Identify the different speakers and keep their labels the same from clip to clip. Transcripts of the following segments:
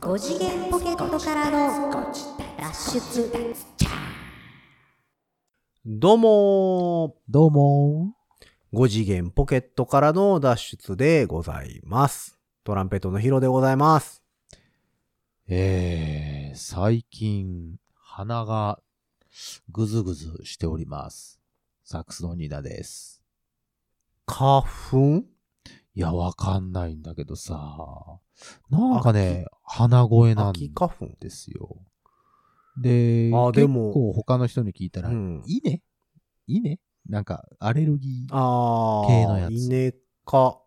Speaker 1: 5次元ポケットからの脱出
Speaker 2: どうも
Speaker 3: どうも
Speaker 2: ー、5次元ポケットからの脱出でございます。トランペットのヒロでございます。
Speaker 3: えー、最近、鼻がぐずぐずしております。サックスのニーナです。
Speaker 2: 花粉
Speaker 3: いや、わかんないんだけどさ、なんかね、鼻声なん
Speaker 2: 秋花粉
Speaker 3: ですよ。で、
Speaker 2: あでも
Speaker 3: 結構他の人に聞いたら、
Speaker 2: うん
Speaker 3: いいねいいねなんか、アレルギー。
Speaker 2: あ
Speaker 3: 系のやつ
Speaker 2: 稲か。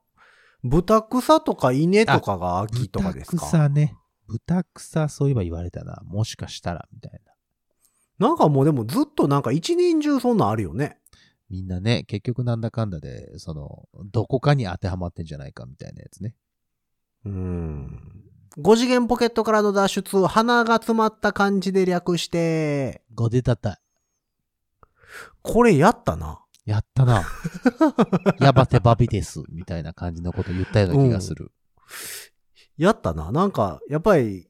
Speaker 2: 豚草とか稲とかが秋とかです
Speaker 3: 豚
Speaker 2: か
Speaker 3: 草ね。豚草、そういえば言われたな。もしかしたら、みたいな。
Speaker 2: なんかもうでもずっとなんか一年中そんなんあるよね。
Speaker 3: みんなね、結局なんだかんだで、その、どこかに当てはまってんじゃないかみたいなやつね。
Speaker 2: うん。5次元ポケットからの脱出、鼻が詰まった感じで略して、
Speaker 3: ごでたた。
Speaker 2: これやったな。
Speaker 3: やったな。 やばてばびです。みたいな感じのこと言ったような気がする。
Speaker 2: やったな。なんか、やっぱり、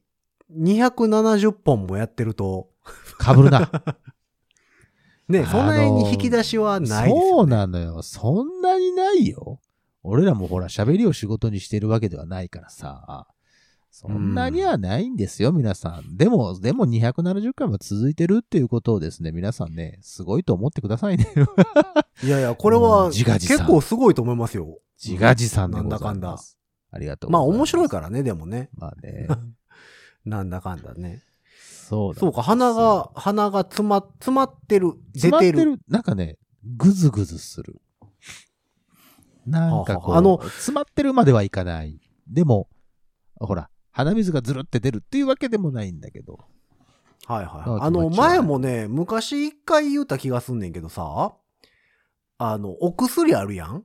Speaker 2: 270本もやってると、
Speaker 3: かぶるな。
Speaker 2: ね、
Speaker 3: あのー
Speaker 2: そんなに引き出しは ないです
Speaker 3: そう
Speaker 2: よ、ね。
Speaker 3: なのよ。そんなにないよ。俺らもほら、喋りを仕事にしてるわけではないからさ。そんなにはないんですよ、皆さん。でも、でも270回も続いてるっていうことをですね、皆さんね、すごいと思ってくださいね。
Speaker 2: いやいや、これは、
Speaker 3: うん自画自賛
Speaker 2: 結構すごいと思いますよ。
Speaker 3: 自画自賛でございます。
Speaker 2: なんだかんだ
Speaker 3: ありがとう
Speaker 2: ま
Speaker 3: ござ
Speaker 2: あ、
Speaker 3: います。
Speaker 2: 面白いからね、でもね。
Speaker 3: まあ ね。
Speaker 2: なんだかんだね。
Speaker 3: そうだ。
Speaker 2: そうか、鼻が、鼻が詰ま、詰まってる、出
Speaker 3: 詰まってて
Speaker 2: る。
Speaker 3: る。なんかね、ぐずぐずする。なんかこ
Speaker 2: はあ
Speaker 3: う、
Speaker 2: はああの
Speaker 3: 詰まってるまではいかない。でも、ほら、鼻水がずるって出るっていうわけでもないんだけど。
Speaker 2: はいはい。あ
Speaker 3: あ気
Speaker 2: の、
Speaker 3: 持ち悪い
Speaker 2: 前もね、昔一回言った気がすんねんけどさ、あの、お薬あるやん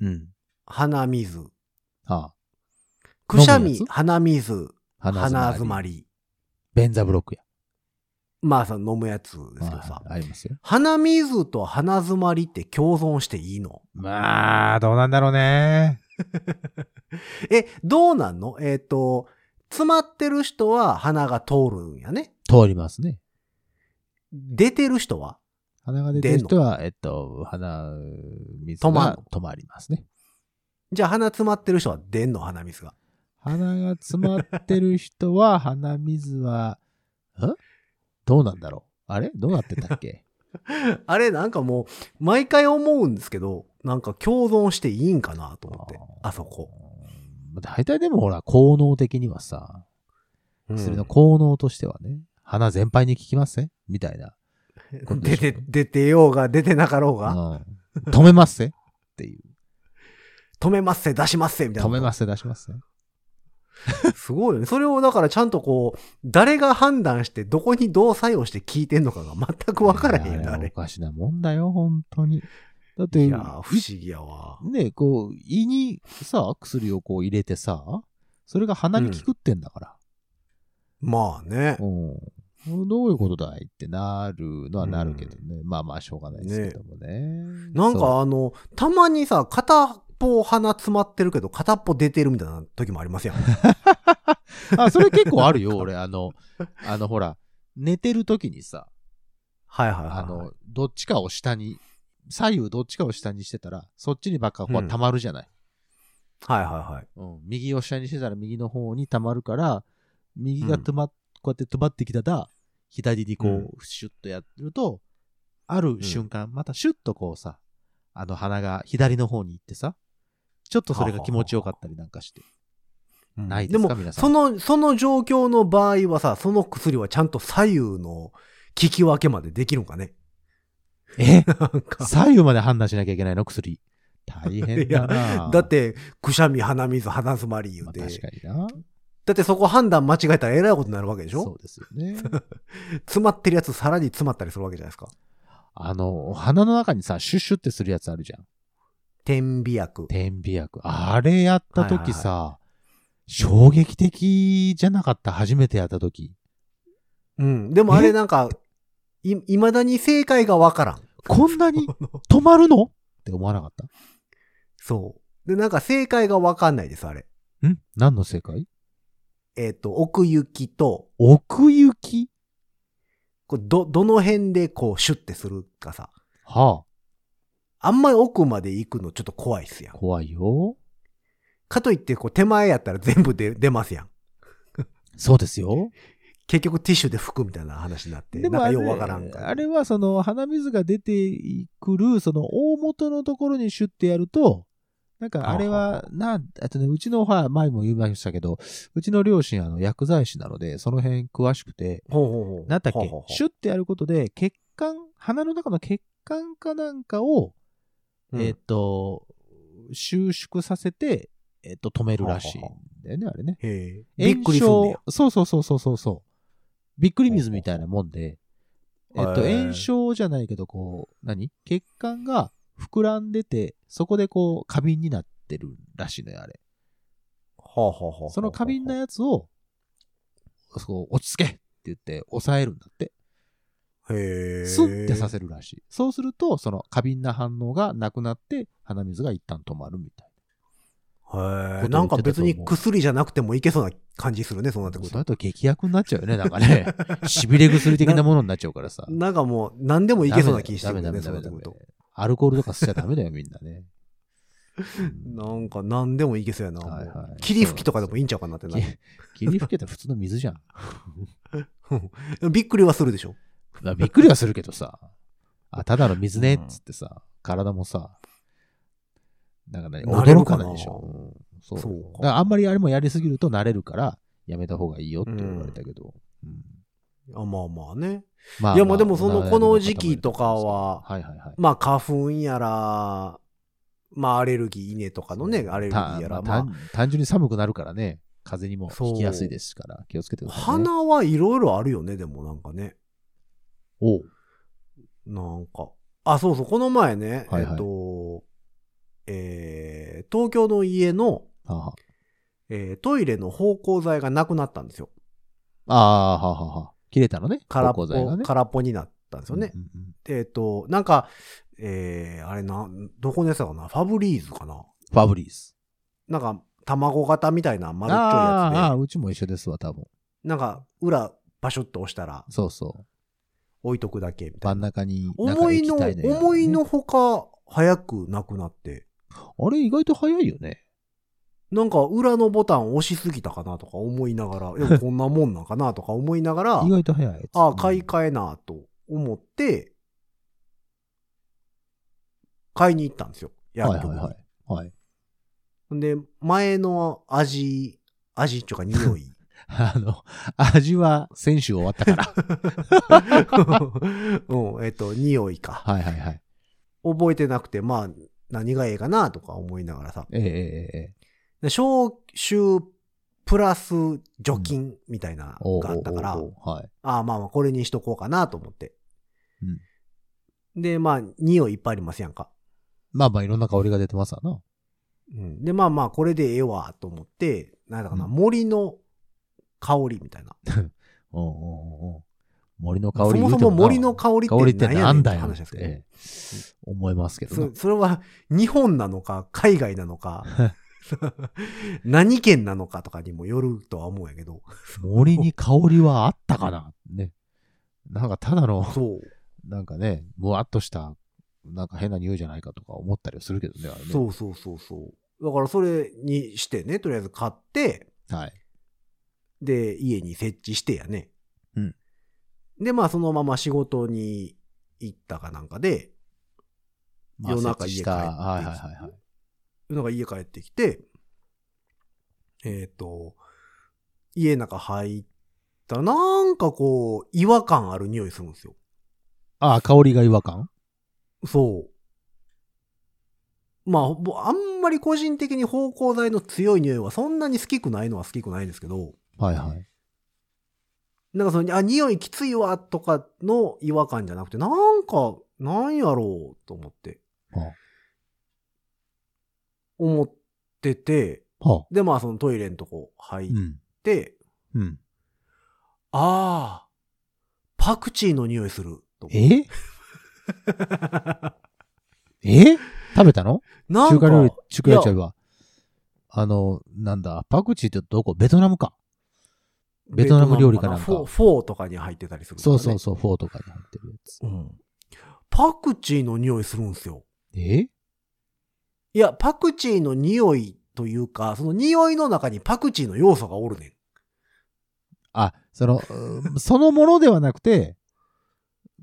Speaker 3: うん。
Speaker 2: 鼻水。
Speaker 3: は
Speaker 2: くしゃ
Speaker 3: 飲む
Speaker 2: み
Speaker 3: や、つ
Speaker 2: 鼻水、
Speaker 3: あ、
Speaker 2: 鼻詰ま
Speaker 3: り。
Speaker 2: り。
Speaker 3: ベンザブロックや。
Speaker 2: まあさ、飲むやつですけど
Speaker 3: はいは
Speaker 2: さ
Speaker 3: い。ありますよ。
Speaker 2: 鼻水と鼻詰まりって共存していいの
Speaker 3: まあ、どうなんだろうね。
Speaker 2: え、どうなんのえっ、と、詰まってる人は鼻が通るんやね。
Speaker 3: 通りますね。
Speaker 2: 出てる人は
Speaker 3: 鼻が出てる人は、えっと、鼻水
Speaker 2: 止まん
Speaker 3: が
Speaker 2: の
Speaker 3: 止まりますね。
Speaker 2: じゃあ鼻詰まってる人は出んの鼻水が。
Speaker 3: 鼻が詰まってる人は、 鼻水は、んどうなんだろうあれどうなってた っけ
Speaker 2: あれなんかもう、毎回思うんですけど、なんか共存していいんかなと思って、あそこ。
Speaker 3: うん大体でもほら、効能的にはさ、
Speaker 2: うん
Speaker 3: 薬の効能としてはね、鼻全般に効きますねみたいな。こと
Speaker 2: 出
Speaker 3: でしょ
Speaker 2: て、出てようが出てなかろうが、
Speaker 3: うん止めますせっていう。
Speaker 2: 止めますせ、出しますせ、み たいな。
Speaker 3: 止めますせ出しますせ
Speaker 2: すごいよね。それをだからちゃんとこう、誰が判断してどこにどう作用して聞いてんのかが全く分からへんよ
Speaker 3: い
Speaker 2: ね、
Speaker 3: や
Speaker 2: あ
Speaker 3: あれお
Speaker 2: れ。
Speaker 3: かしなもんだよ、本当に。だっ
Speaker 2: い
Speaker 3: て、
Speaker 2: やー、不思議やわ。
Speaker 3: ねこう、胃にさ、薬をこう入れてさ、それが鼻に効くってんだから。
Speaker 2: まあね。
Speaker 3: うん。どういうことだいってなるのはなるけどね。まあまあ、しょうがないですけどもね。
Speaker 2: なん
Speaker 3: そう、
Speaker 2: かあの、たまにさ、片っぽ鼻詰まってるけど、片っぽ出てるみたいな時もあり ますやん。
Speaker 3: あ、それ結構あるよ、俺。あの、あの、ほら、寝てる時にさ、
Speaker 2: はいはいはい。
Speaker 3: あの、どっちかを下に、左右どっちかを下にしてたら、そっちにばっかこ
Speaker 2: うん
Speaker 3: う溜まるじゃない。
Speaker 2: はいはいはい。
Speaker 3: うん。右を下にしてたら右の方に溜まるから、右が止まっ、こうやって止まってきたら、左にこ
Speaker 2: う
Speaker 3: う、シュッとやると、ある瞬間、またシュッとこうさ、あの鼻が左の方に行ってさ、ちょっとそれが気持ちよかったりなんかして。
Speaker 2: うん
Speaker 3: ないで
Speaker 2: です
Speaker 3: か
Speaker 2: も、
Speaker 3: 皆さん
Speaker 2: その、その状況の場合はさ、その薬はちゃんと左右の聞き分けまでできるんかね。 な
Speaker 3: え
Speaker 2: んか。
Speaker 3: 左右まで判断しなきゃいけないの薬。大変だ な。
Speaker 2: だっ、て、くしゃみ、鼻水、鼻詰まり言
Speaker 3: ま
Speaker 2: う
Speaker 3: あ、
Speaker 2: て。
Speaker 3: 確かにな。
Speaker 2: だってそこ判断間違えたらえらいことになるわけでし
Speaker 3: そ
Speaker 2: ょ
Speaker 3: うですよね。
Speaker 2: 詰まってるやつさらに詰まったりするわけじゃないですか。
Speaker 3: あの、鼻の中にさ、シュッシュってするやつあるじゃん。
Speaker 2: 点鼻薬。
Speaker 3: 点鼻薬。あれやった時さ、衝撃的じゃなかった初めてやった時。
Speaker 2: うん。でもあれなんか、い、未だに正解がわからん。
Speaker 3: こんなに止まるのって思わなかっ
Speaker 2: そう。で、なんか正解がわかんないです、あれ。
Speaker 3: たん何の正解
Speaker 2: えっ、と、奥行きと、
Speaker 3: 奥行き
Speaker 2: こうど、どの辺でこう、シュッてするかさ、
Speaker 3: は
Speaker 2: あんまり奥まで行くのちょっと怖いっすや
Speaker 3: あ、
Speaker 2: ん。
Speaker 3: 怖いよ。
Speaker 2: かといって、こう、手前やったら全部で出ますやん。
Speaker 3: そうですよ。
Speaker 2: 結局ティッシュで拭くみたいな話になって、なん
Speaker 3: あ
Speaker 2: か
Speaker 3: れ
Speaker 2: ようわからんから。
Speaker 3: あれはその鼻水が出てくる、その大元のところにシュッてやると、なんかあれ
Speaker 2: はあはあ
Speaker 3: は、な、あとね、うちの母、前も言いましたけど、うちの両親、あの、薬剤師なので、その辺詳しくて、
Speaker 2: ほうほうほう。
Speaker 3: なんだっ
Speaker 2: ほう
Speaker 3: け
Speaker 2: ほうほ、う
Speaker 3: シュッてやることで、血管、鼻の中の血管かなんかを、
Speaker 2: うん
Speaker 3: えっと、収縮させて、えっと、止めるらしいんだよね、あれね。
Speaker 2: へえ。び
Speaker 3: 炎
Speaker 2: っくりすんねや
Speaker 3: 症。そうそうそうそうそうそう。びっくり水みたいなもんで、え
Speaker 2: ほ
Speaker 3: っ
Speaker 2: うほう
Speaker 3: と、
Speaker 2: へえ
Speaker 3: 炎症じゃないけど、こう、何血管が膨らんでて、そこでこう、過敏になってるらしいのよ、あれ。
Speaker 2: はあ、はあはあはあ
Speaker 3: その過敏なやつを、そう、落ち着けって言って、抑えるんだって。
Speaker 2: へえ。
Speaker 3: スンってさせるらしい。そうすると、その過敏な反応がなくなって、鼻水が一旦止まるみたい
Speaker 2: へえ。なんか別に薬じゃなくてもいけそうな感じするね、そうなって
Speaker 3: な。
Speaker 2: くる
Speaker 3: そ
Speaker 2: と
Speaker 3: れだと劇薬になっちゃうよね、なんか ね。痺れ薬的なものになっちゃうからさ。
Speaker 2: なんかもう、何でもいけそうな気してくる
Speaker 3: ダ
Speaker 2: ね、
Speaker 3: メ
Speaker 2: そ
Speaker 3: ダ
Speaker 2: うな
Speaker 3: メ
Speaker 2: っ
Speaker 3: ダ
Speaker 2: てく
Speaker 3: メ
Speaker 2: ると
Speaker 3: ダメ。アルコールとか吸っちゃダメだよ、みんなね。
Speaker 2: なんか、何でもいけそうやな。
Speaker 3: はいはい
Speaker 2: 霧吹きとかでもいいんちゃうかなってな。
Speaker 3: 霧吹けたら普通の水じゃん。
Speaker 2: びっくりはするでしょ。
Speaker 3: まあびっくりはするけどさ。あ、ただの水ね、っつってさ、体もさ、なんかね、
Speaker 2: 慣れ
Speaker 3: 驚
Speaker 2: るか
Speaker 3: か
Speaker 2: な
Speaker 3: ないでしょ。うんそう。
Speaker 2: そうか
Speaker 3: だからあんまりあれもやりすぎると慣れるから、やめた方がいいよって言われたけど。うん
Speaker 2: あまあまあね。
Speaker 3: ま
Speaker 2: いやまあでもその
Speaker 3: お悩み
Speaker 2: この
Speaker 3: 方も
Speaker 2: 時期
Speaker 3: いると思うんですけど
Speaker 2: とか
Speaker 3: はいはいはい。
Speaker 2: まあ、花粉やら、まあ、アレルギー、稲とかのね、アレルギ
Speaker 3: た
Speaker 2: ーやら、
Speaker 3: ま
Speaker 2: ま
Speaker 3: あ
Speaker 2: あ、
Speaker 3: 単単純に寒くなるからね、風邪にも
Speaker 2: そう
Speaker 3: 引きやすいですから、気をつけてください、ね。
Speaker 2: 花はいろいろあるよね、でもなんかね。
Speaker 3: おう
Speaker 2: なんか。あ、そうそう、この前ね、
Speaker 3: はいはい
Speaker 2: えっと、えー東京の家の、
Speaker 3: はあは
Speaker 2: えートイレの芳香剤がなくなったんですよ。
Speaker 3: ああーはあはあはあ切れたのね。
Speaker 2: 空っぽ、
Speaker 3: 芳香剤がね。
Speaker 2: 空っぽになったんですよね。
Speaker 3: うんうんうん
Speaker 2: えっと、なんか、えーあれな、どこのやつだかな、ファブリーズかな。
Speaker 3: ファブリーズ。
Speaker 2: なんか、卵型みたいな丸っちょい
Speaker 3: あーあ
Speaker 2: や
Speaker 3: ー、うちも一緒ですわ、多
Speaker 2: つ
Speaker 3: 分。
Speaker 2: で、なんか、裏、バシュッと押したら、
Speaker 3: そうそう。
Speaker 2: 置いとくだけ、みた
Speaker 3: 真
Speaker 2: い
Speaker 3: ん
Speaker 2: な。
Speaker 3: 中になんか
Speaker 2: 思い
Speaker 3: 液
Speaker 2: の、
Speaker 3: 体のやつね
Speaker 2: 思いの。ほか、早くなくなって、
Speaker 3: あれ、意外と早いよね。
Speaker 2: なんか、裏のボタン押しすぎたかなとか思いなが ら、いやこんなもんなんかなとか思いながら
Speaker 3: 意、外と早い。
Speaker 2: ああ、買い替えなと思って、買いに行ったんですよ。
Speaker 3: え
Speaker 2: 薬
Speaker 3: はい
Speaker 2: 局
Speaker 3: は
Speaker 2: に
Speaker 3: いはい。はい。
Speaker 2: で、前の味、味っていうか匂 い。
Speaker 3: あの、味は先週終わっ たから。
Speaker 2: うん、えっと、匂いか。
Speaker 3: はいはいはい。
Speaker 2: 覚えてなくて、まあ、何がええかなとか思いながらさ。
Speaker 3: ええええええ。
Speaker 2: で消臭プラス除菌みたいなのがあったから、
Speaker 3: おうおうおうはい。
Speaker 2: ああ、まあまあ、これにしとこうかなと思って。
Speaker 3: うん
Speaker 2: で、まあ、匂いいっぱいありますやんか。
Speaker 3: まあまあ、いろんな香りが出てますわな。
Speaker 2: うん、で、まあまあ、これでええわと思って、なんだかな、
Speaker 3: うん
Speaker 2: 森の香りみたいな。
Speaker 3: うんうんうんうん。森の香り
Speaker 2: そもそ
Speaker 3: 言うて
Speaker 2: も森の
Speaker 3: な
Speaker 2: 香り
Speaker 3: 香りっ
Speaker 2: ってて何や
Speaker 3: なん
Speaker 2: ねん
Speaker 3: だ
Speaker 2: って
Speaker 3: よ
Speaker 2: 話
Speaker 3: っ
Speaker 2: ですけど。
Speaker 3: て思いますけどな
Speaker 2: そそれは日本なのか海外なの か何県なのかとかにもよるとは思うんやけど
Speaker 3: 森に香りはあったかなね。なんかただの、
Speaker 2: そう
Speaker 3: なんかね、むわっとした、なんか変な匂いじゃないかとか思ったりはするけどね、あれね。
Speaker 2: そうそうそうそうだからそれにしてねとりあえず買って
Speaker 3: はい。
Speaker 2: で家に設置してやね、
Speaker 3: うん
Speaker 2: でまあそのまま仕事に行ったかなんかで
Speaker 3: まあ
Speaker 2: 夜中
Speaker 3: 設
Speaker 2: 家帰
Speaker 3: 置した
Speaker 2: ってきて
Speaker 3: はいはいはいはい。
Speaker 2: なんか家帰ってきてえっ、と家の中入ったらなんかこう違和感ある匂いするんですよ
Speaker 3: ああ、香りが違和感
Speaker 2: そう。まあ、ぼあんまり個人的に芳香剤の強い匂いはそんなに好きくないのは好きくないんですけど、
Speaker 3: はいはい。
Speaker 2: なんかその、あ、匂いきついわとかの違和感じゃなくて、なんか、なんやろうと思って、
Speaker 3: は
Speaker 2: 思ってて、
Speaker 3: あ。はあ。
Speaker 2: で、まあそのトイレのとこ入っ
Speaker 3: うん。
Speaker 2: て、
Speaker 3: うん。
Speaker 2: ああ、パクチーの匂いする。と思って
Speaker 3: え え食べたの
Speaker 2: な
Speaker 3: 中
Speaker 2: ん
Speaker 3: 華
Speaker 2: か、
Speaker 3: 料理、中華料理ちゃうわ。あの、なんだ、パクチーってどこベトナムか。ベトナム料理かなんか
Speaker 2: ベトナムフォーフォーとかに入ってたりするから
Speaker 3: そ
Speaker 2: ね、
Speaker 3: うそうそう、フォーとかに入ってるやつ。
Speaker 2: うん。パクチーの匂いするんですよ。
Speaker 3: え
Speaker 2: いや、パクチーの匂いというか、その匂いの中にパクチーの要素がおるねん。
Speaker 3: あ、その、うんそのものではなくて、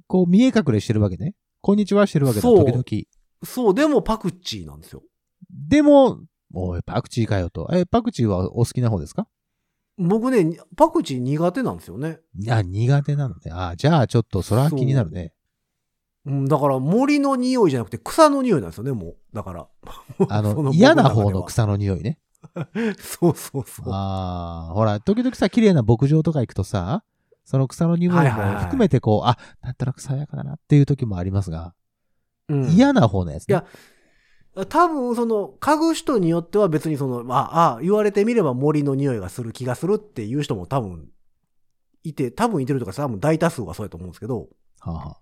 Speaker 3: こう見え隠れしてるわけね。こんにちはしてるわけだ、
Speaker 2: そう
Speaker 3: 時々。
Speaker 2: そう、でもパクチーなんですよ。
Speaker 3: でも、おい、パクチーかよと。え、パクチーはお好きな方ですか
Speaker 2: 僕ね、パクチー苦手なんですよね。
Speaker 3: あ、苦手なのね。あ、じゃあちょっと、それは気になるね。
Speaker 2: うん、だから森の匂いじゃなくて草の匂いなんですよね、もう。だから。
Speaker 3: あ
Speaker 2: そ
Speaker 3: の、
Speaker 2: 僕
Speaker 3: 嫌な
Speaker 2: 中では
Speaker 3: 方の。草の匂いね。
Speaker 2: そうそうそう。
Speaker 3: ああ、ほら、時々さ、綺麗な牧場とか行くとさ、その草の匂いも
Speaker 2: はいはいはい
Speaker 3: 含めてこう、あ、なんとなく爽やかだなっていう時もありますが、
Speaker 2: うん、
Speaker 3: 嫌な方のやつ、
Speaker 2: い
Speaker 3: ね。
Speaker 2: や多分その嗅ぐ人によっては別にそのああ言われてみれば森の匂いがする気がするっていう人も多分いて多分いてるとか多分大多数はそうやと思うんですけど
Speaker 3: はあは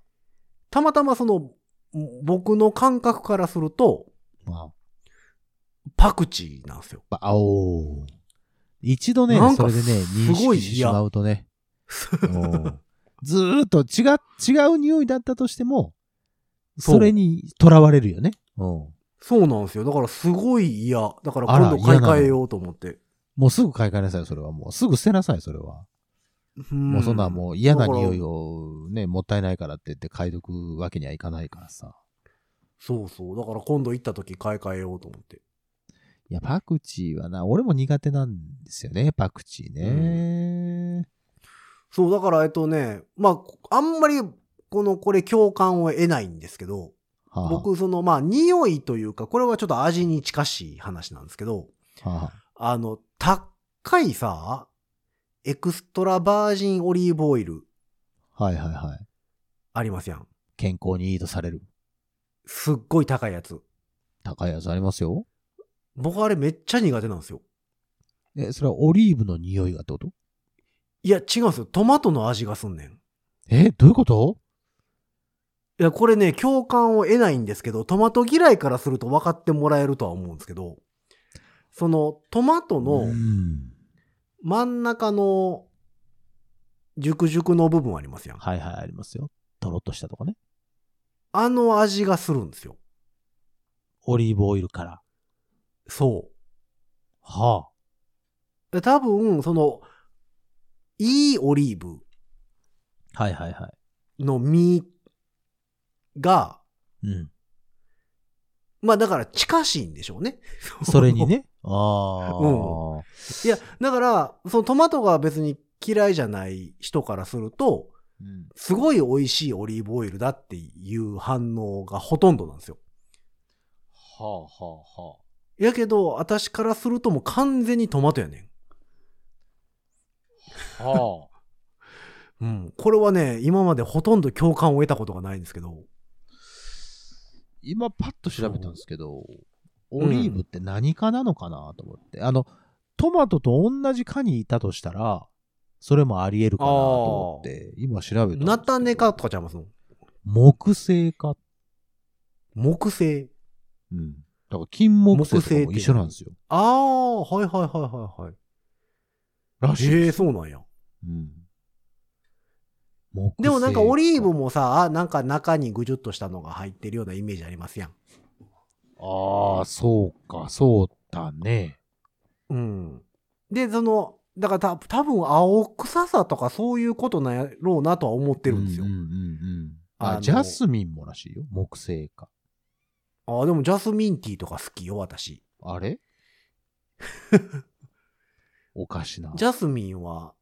Speaker 2: たまたまそのん僕の感覚からすると
Speaker 3: あ、ま
Speaker 2: パクチーなんですよ
Speaker 3: あ、あおー一度ね
Speaker 2: な、ん
Speaker 3: そ
Speaker 2: か
Speaker 3: れでね、
Speaker 2: す
Speaker 3: 認
Speaker 2: ごい
Speaker 3: 識してしまうとね、おーずーっと違う、違う匂いだったとしても、
Speaker 2: そう
Speaker 3: それにとらわれるよね。うん
Speaker 2: そうなんですよだからすごい嫌だから
Speaker 3: あら
Speaker 2: 今度買い替えようと思って
Speaker 3: もうすぐ買い替えなさい、それは。もうすぐ捨てなさい、それは。もうそんなもう嫌な匂い
Speaker 2: を
Speaker 3: をね、もったいないからって言って買いとくわけにはいかないからさ。
Speaker 2: そうそうだから今度行った時買い替えようと思って
Speaker 3: いや、パクチーはな、俺も苦手なんですよね、パクチーね。
Speaker 2: そう、だから、えっとね、まあ、あんまり、この、これ共感を得ないんですけど、
Speaker 3: はあ、
Speaker 2: 僕、その、まあ、匂いというか、これはちょっと味に近しい話なんですけど、
Speaker 3: は
Speaker 2: あの、高いさ、エクストラバージンオリーブオイル
Speaker 3: あ、はいはいはい。
Speaker 2: ありますやん。
Speaker 3: 健康にいいとされる。
Speaker 2: すっごい高いやつ。
Speaker 3: 高いやつありますよ。
Speaker 2: 僕あれめっちゃ苦手なんですよ。
Speaker 3: え、それはオリーブの匂いがってこと
Speaker 2: いや、違うんですよ。トマトの味がすんねん。
Speaker 3: え、どういうこと
Speaker 2: いや、これね、共感を得ないんですけど、トマト嫌いからすると分かってもらえるとは思うんですけど、その、トマトの、
Speaker 3: うん
Speaker 2: 真ん中の熟熟の部分ありますやん。
Speaker 3: はいはい、ありますよ。とろっとしたとかね。
Speaker 2: あの味がするんですよ。
Speaker 3: オリーブオイルから。
Speaker 2: そ
Speaker 3: は
Speaker 2: う。で多分、その、いいオリーブ
Speaker 3: あ。はいはいは
Speaker 2: の実が、
Speaker 3: い。 うん。
Speaker 2: まあだから近しいんでしょうね。
Speaker 3: それに。ね。ああ。
Speaker 2: うん いや、だから、そのトマトが別に嫌いじゃない人からすると、
Speaker 3: うん
Speaker 2: すごい美味しいオリーブオイルだっていう反応がほとんどなんですよ。
Speaker 3: はあはあはあ。
Speaker 2: やけど、私からするともう完全にトマトやねん。
Speaker 3: はあ。
Speaker 2: うん、これはね、今までほとんど共感を得たことがないんですけど、
Speaker 3: 今パッと調べたんですけど、
Speaker 2: ん
Speaker 3: オリーブって何科なのかなと思って。あの、トマトと同じ科にいたとしたら、それもあり得るかなと思って、今調べたんですけど。
Speaker 2: ナタネ科とかちゃいますの
Speaker 3: 木星科。
Speaker 2: 木星。
Speaker 3: うん。だから金木星とかも一緒なんですよ。
Speaker 2: ああ、はいはいはいはいはい。
Speaker 3: らしい。
Speaker 2: ええそうなんや。
Speaker 3: うん。木星
Speaker 2: でもなんかオリーブもさ、あなんか中にぐじゅっとしたのが入ってるようなイメージありますやん。
Speaker 3: ああ、そうか、そうだね。
Speaker 2: うん。で、その、だからた多分青臭さとかそういうことなんやろうなとは思ってるんですよ。
Speaker 3: うんうんうんうん
Speaker 2: あ
Speaker 3: あ、
Speaker 2: の
Speaker 3: ジャスミンもらしいよ。木星か。
Speaker 2: ああ、でもジャスミンティーとか好きよ、私。
Speaker 3: あれおかしな。
Speaker 2: ジャスミンは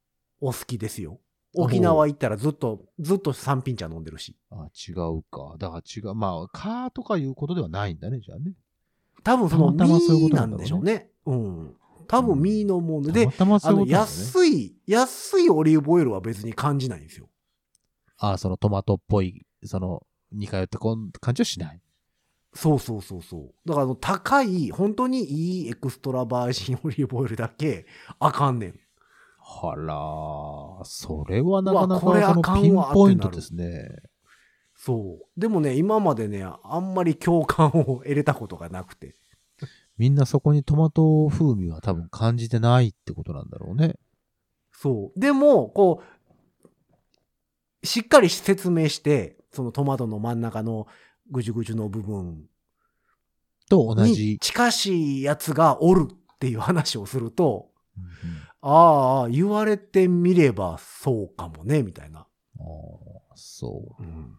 Speaker 2: お好きですよ。沖縄行ったらずっと、ずっと三品茶飲んでるし。
Speaker 3: あ、違うか。だから違う。まあ、かとかいうことではないんだね、じゃあね。
Speaker 2: 多分その、
Speaker 3: たまたまそう
Speaker 2: ミ
Speaker 3: いうこ
Speaker 2: ー
Speaker 3: と
Speaker 2: な
Speaker 3: なん
Speaker 2: んで
Speaker 3: だろうね
Speaker 2: しょうね。うん。多分ミーのもの
Speaker 3: た
Speaker 2: で
Speaker 3: ま、たまそ
Speaker 2: あ
Speaker 3: ういう
Speaker 2: の、
Speaker 3: ことなんだね。
Speaker 2: 安い、安いオリーブオイルは別に感じないんですよ。
Speaker 3: あ、そのトマトっぽい、その、似通ったこん感じはしない。
Speaker 2: そうそうそうそう。だからあの、高い、本当にいいエクストラバージンオリーブオイルだけ、あかんねん。
Speaker 3: はらー、それはなかな
Speaker 2: うわこれあ
Speaker 3: か
Speaker 2: か
Speaker 3: そのピ
Speaker 2: ん
Speaker 3: ン
Speaker 2: わ
Speaker 3: ポイントですね。
Speaker 2: そう。でもね、今までね、あんまり共感を得れたことがなくて。
Speaker 3: みんなそこにトマト風味は多分感じてないってことなんだろうね。
Speaker 2: そう。でも、こう、しっかり説明して、そのトマトの真ん中のぐじゅぐじゅの部分
Speaker 3: と同
Speaker 2: に
Speaker 3: じ。
Speaker 2: 近しいやつがおるっていう話をすると、
Speaker 3: うん
Speaker 2: ああ、言われてみればそうかもね、みたいな。
Speaker 3: うんあーそう。
Speaker 2: うん。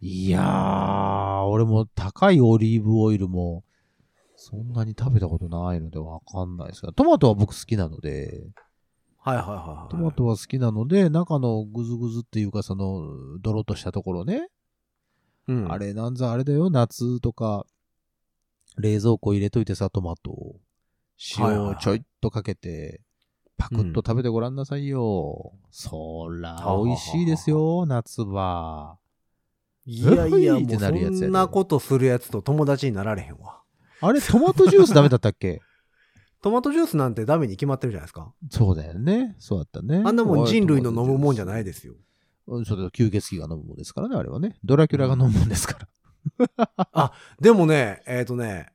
Speaker 3: いやー、俺も高いオリーブオイルも、そんなに食べたことないのでわかんないですが、トマトは僕好きなので、
Speaker 2: はいはいはいはい。
Speaker 3: トマトは好きなので、中のグズグズっていうか、その、ドロッとしたところね、
Speaker 2: うん、
Speaker 3: あれなんざあれだよ、夏とか、冷蔵庫入れといてさ、トマトを。
Speaker 2: はい
Speaker 3: 塩
Speaker 2: はい
Speaker 3: を
Speaker 2: はい
Speaker 3: ちょいっとかけて、パクッと食べてごらんなさいよ。そら、美味しいですよ、夏場。
Speaker 2: いやいや、
Speaker 3: うふいっ
Speaker 2: も
Speaker 3: て
Speaker 2: う
Speaker 3: な
Speaker 2: そ
Speaker 3: るやつやで
Speaker 2: んなことするやつと友達になられへんわ。
Speaker 3: あれ、トマトジュースダメだったっけ
Speaker 2: トマトジュースなんてダメに決まってるじゃないですか。
Speaker 3: そうだよね。そうだったね。
Speaker 2: あんなもん人類の飲むもんじゃない
Speaker 3: で
Speaker 2: ですよ。
Speaker 3: す。そうだよ、吸血鬼が飲むもんですからね、あれはね。ドラキュラが飲むもんですから。
Speaker 2: でもね、えっ、とね、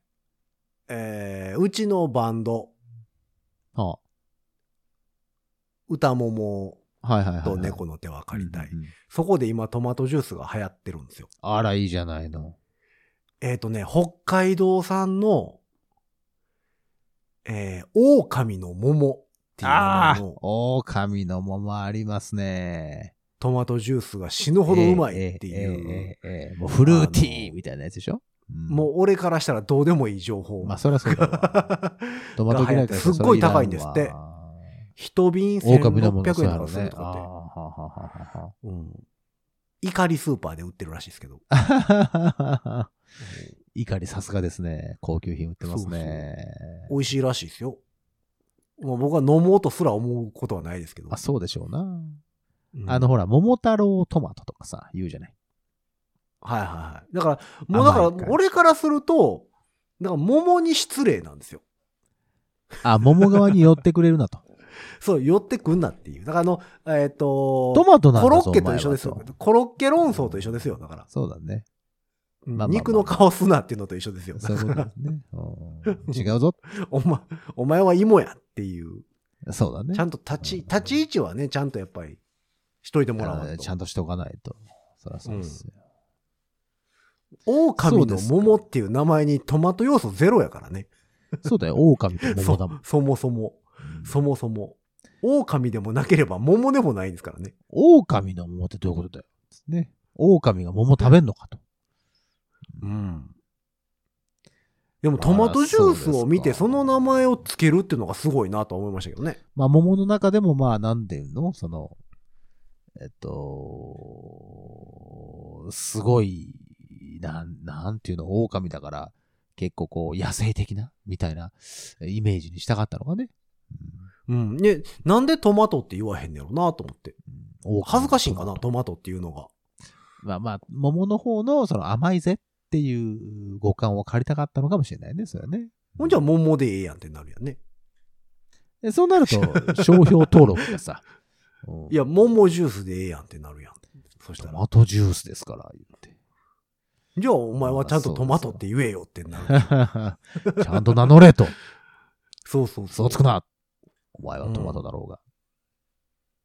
Speaker 2: えー、うちのバンド、
Speaker 3: は
Speaker 2: 歌もも
Speaker 3: あ、はいはいはい、はい。
Speaker 2: と猫の手は借りたい
Speaker 3: うん。うんうん
Speaker 2: そこで今トマトジュースが流行ってるんですよ。
Speaker 3: あら、いいじゃないの。
Speaker 2: えっ、とね、北海道産の、えー、狼の桃っていう名前
Speaker 3: ああ
Speaker 2: の
Speaker 3: 狼の桃ありますね。
Speaker 2: トマトジュースが死ぬほどうまいって
Speaker 3: え
Speaker 2: いう。
Speaker 3: えええええもうフルーティ
Speaker 2: あ
Speaker 3: ー
Speaker 2: の
Speaker 3: みたいなやつでしょ、うん
Speaker 2: もう俺からしたらどうでもいい情報。
Speaker 3: まあ、そりゃそうだわ。トマト嫌いからしたら
Speaker 2: すっごい高いんですって
Speaker 3: そりゃいらんわ
Speaker 2: 一瓶
Speaker 3: 狼の桃
Speaker 2: 1600円とかす
Speaker 3: そう
Speaker 2: る
Speaker 3: やろね
Speaker 2: と
Speaker 3: あーは
Speaker 2: か
Speaker 3: は
Speaker 2: って。うん。怒りスーパーで売ってるらしいですけど。
Speaker 3: ははは怒りさすがですね。高級品売ってますね。
Speaker 2: 美味しいらしいですよ。まあ、僕は飲もうとすら思うことはないですけど。
Speaker 3: あ、そうでしょうな。
Speaker 2: うん
Speaker 3: あの、、ほら、桃太郎トマトとかさ、言うじゃない。
Speaker 2: はいはいはい。だから、もうだから
Speaker 3: 甘いから、
Speaker 2: 俺からすると、だから桃に失礼なんですよ。
Speaker 3: あ、桃側に寄ってくれるなと。
Speaker 2: そう、寄ってくんなっていう。だからあの、えっ、と、
Speaker 3: トマトなんだ
Speaker 2: コ
Speaker 3: ぞ
Speaker 2: ロッケと一緒です
Speaker 3: お
Speaker 2: よ
Speaker 3: 前はと。
Speaker 2: コロッケ論争と一緒ですよ。だから。
Speaker 3: そうだね。
Speaker 2: うん
Speaker 3: まあまあまあ
Speaker 2: 肉の顔すなっていうのと一緒ですよ。
Speaker 3: そういうことですね。うん違うぞ。
Speaker 2: お前、お前は芋やっていう。
Speaker 3: そうだね。
Speaker 2: ちゃんと立ち、立ち位置はね、ちゃんとやっぱり、しといてもらわ
Speaker 3: あ
Speaker 2: ん
Speaker 3: ー
Speaker 2: と。
Speaker 3: ちゃんとしておかないと。そりゃそうですよ。
Speaker 2: 狼の桃っていう名前にトマト要素ゼロやからね。
Speaker 3: そうだよ。狼と
Speaker 2: そ
Speaker 3: 桃だもん。
Speaker 2: そもそも、
Speaker 3: うん
Speaker 2: そもそも。狼でもなければ桃でもないんですからね。
Speaker 3: 狼の桃ってどういうことだよ。ね。狼が桃食べんのかと。
Speaker 2: うん。でもトマトジュースを見て
Speaker 3: あそ
Speaker 2: そう
Speaker 3: ですか
Speaker 2: の名前をつけるっていうのがすごいなとは思いましたけどね。
Speaker 3: まあ、桃の中でも、まあ、なんていうのその、えっと、すごい、なん、なんていうの、狼だから、結構こう、野生的なみたいなイメージにしたかったのがね。
Speaker 2: うん。ね、なんでトマトって言わへんねやろなと思って。
Speaker 3: うん
Speaker 2: 恥ずかしいんかな、トマトっていうのが。
Speaker 3: まあまあ、桃の方のその甘いぜっていう五感を借りたかったのかもしれないね、それはね。
Speaker 2: ほんじゃ桃でええやんってなるやんね。
Speaker 3: でそうなると、商標登録 がさ、うん
Speaker 2: いや、桃ジュースでええやんってなるやん。そした
Speaker 3: ト
Speaker 2: ら。
Speaker 3: マトジュースですから、言って。
Speaker 2: じゃあ、お前はちゃんとトマトって言えよってなる。
Speaker 3: ちゃんと名乗れと、
Speaker 2: そうそう
Speaker 3: 嘘
Speaker 2: そう。
Speaker 3: をつくなお前はトマトだろうが。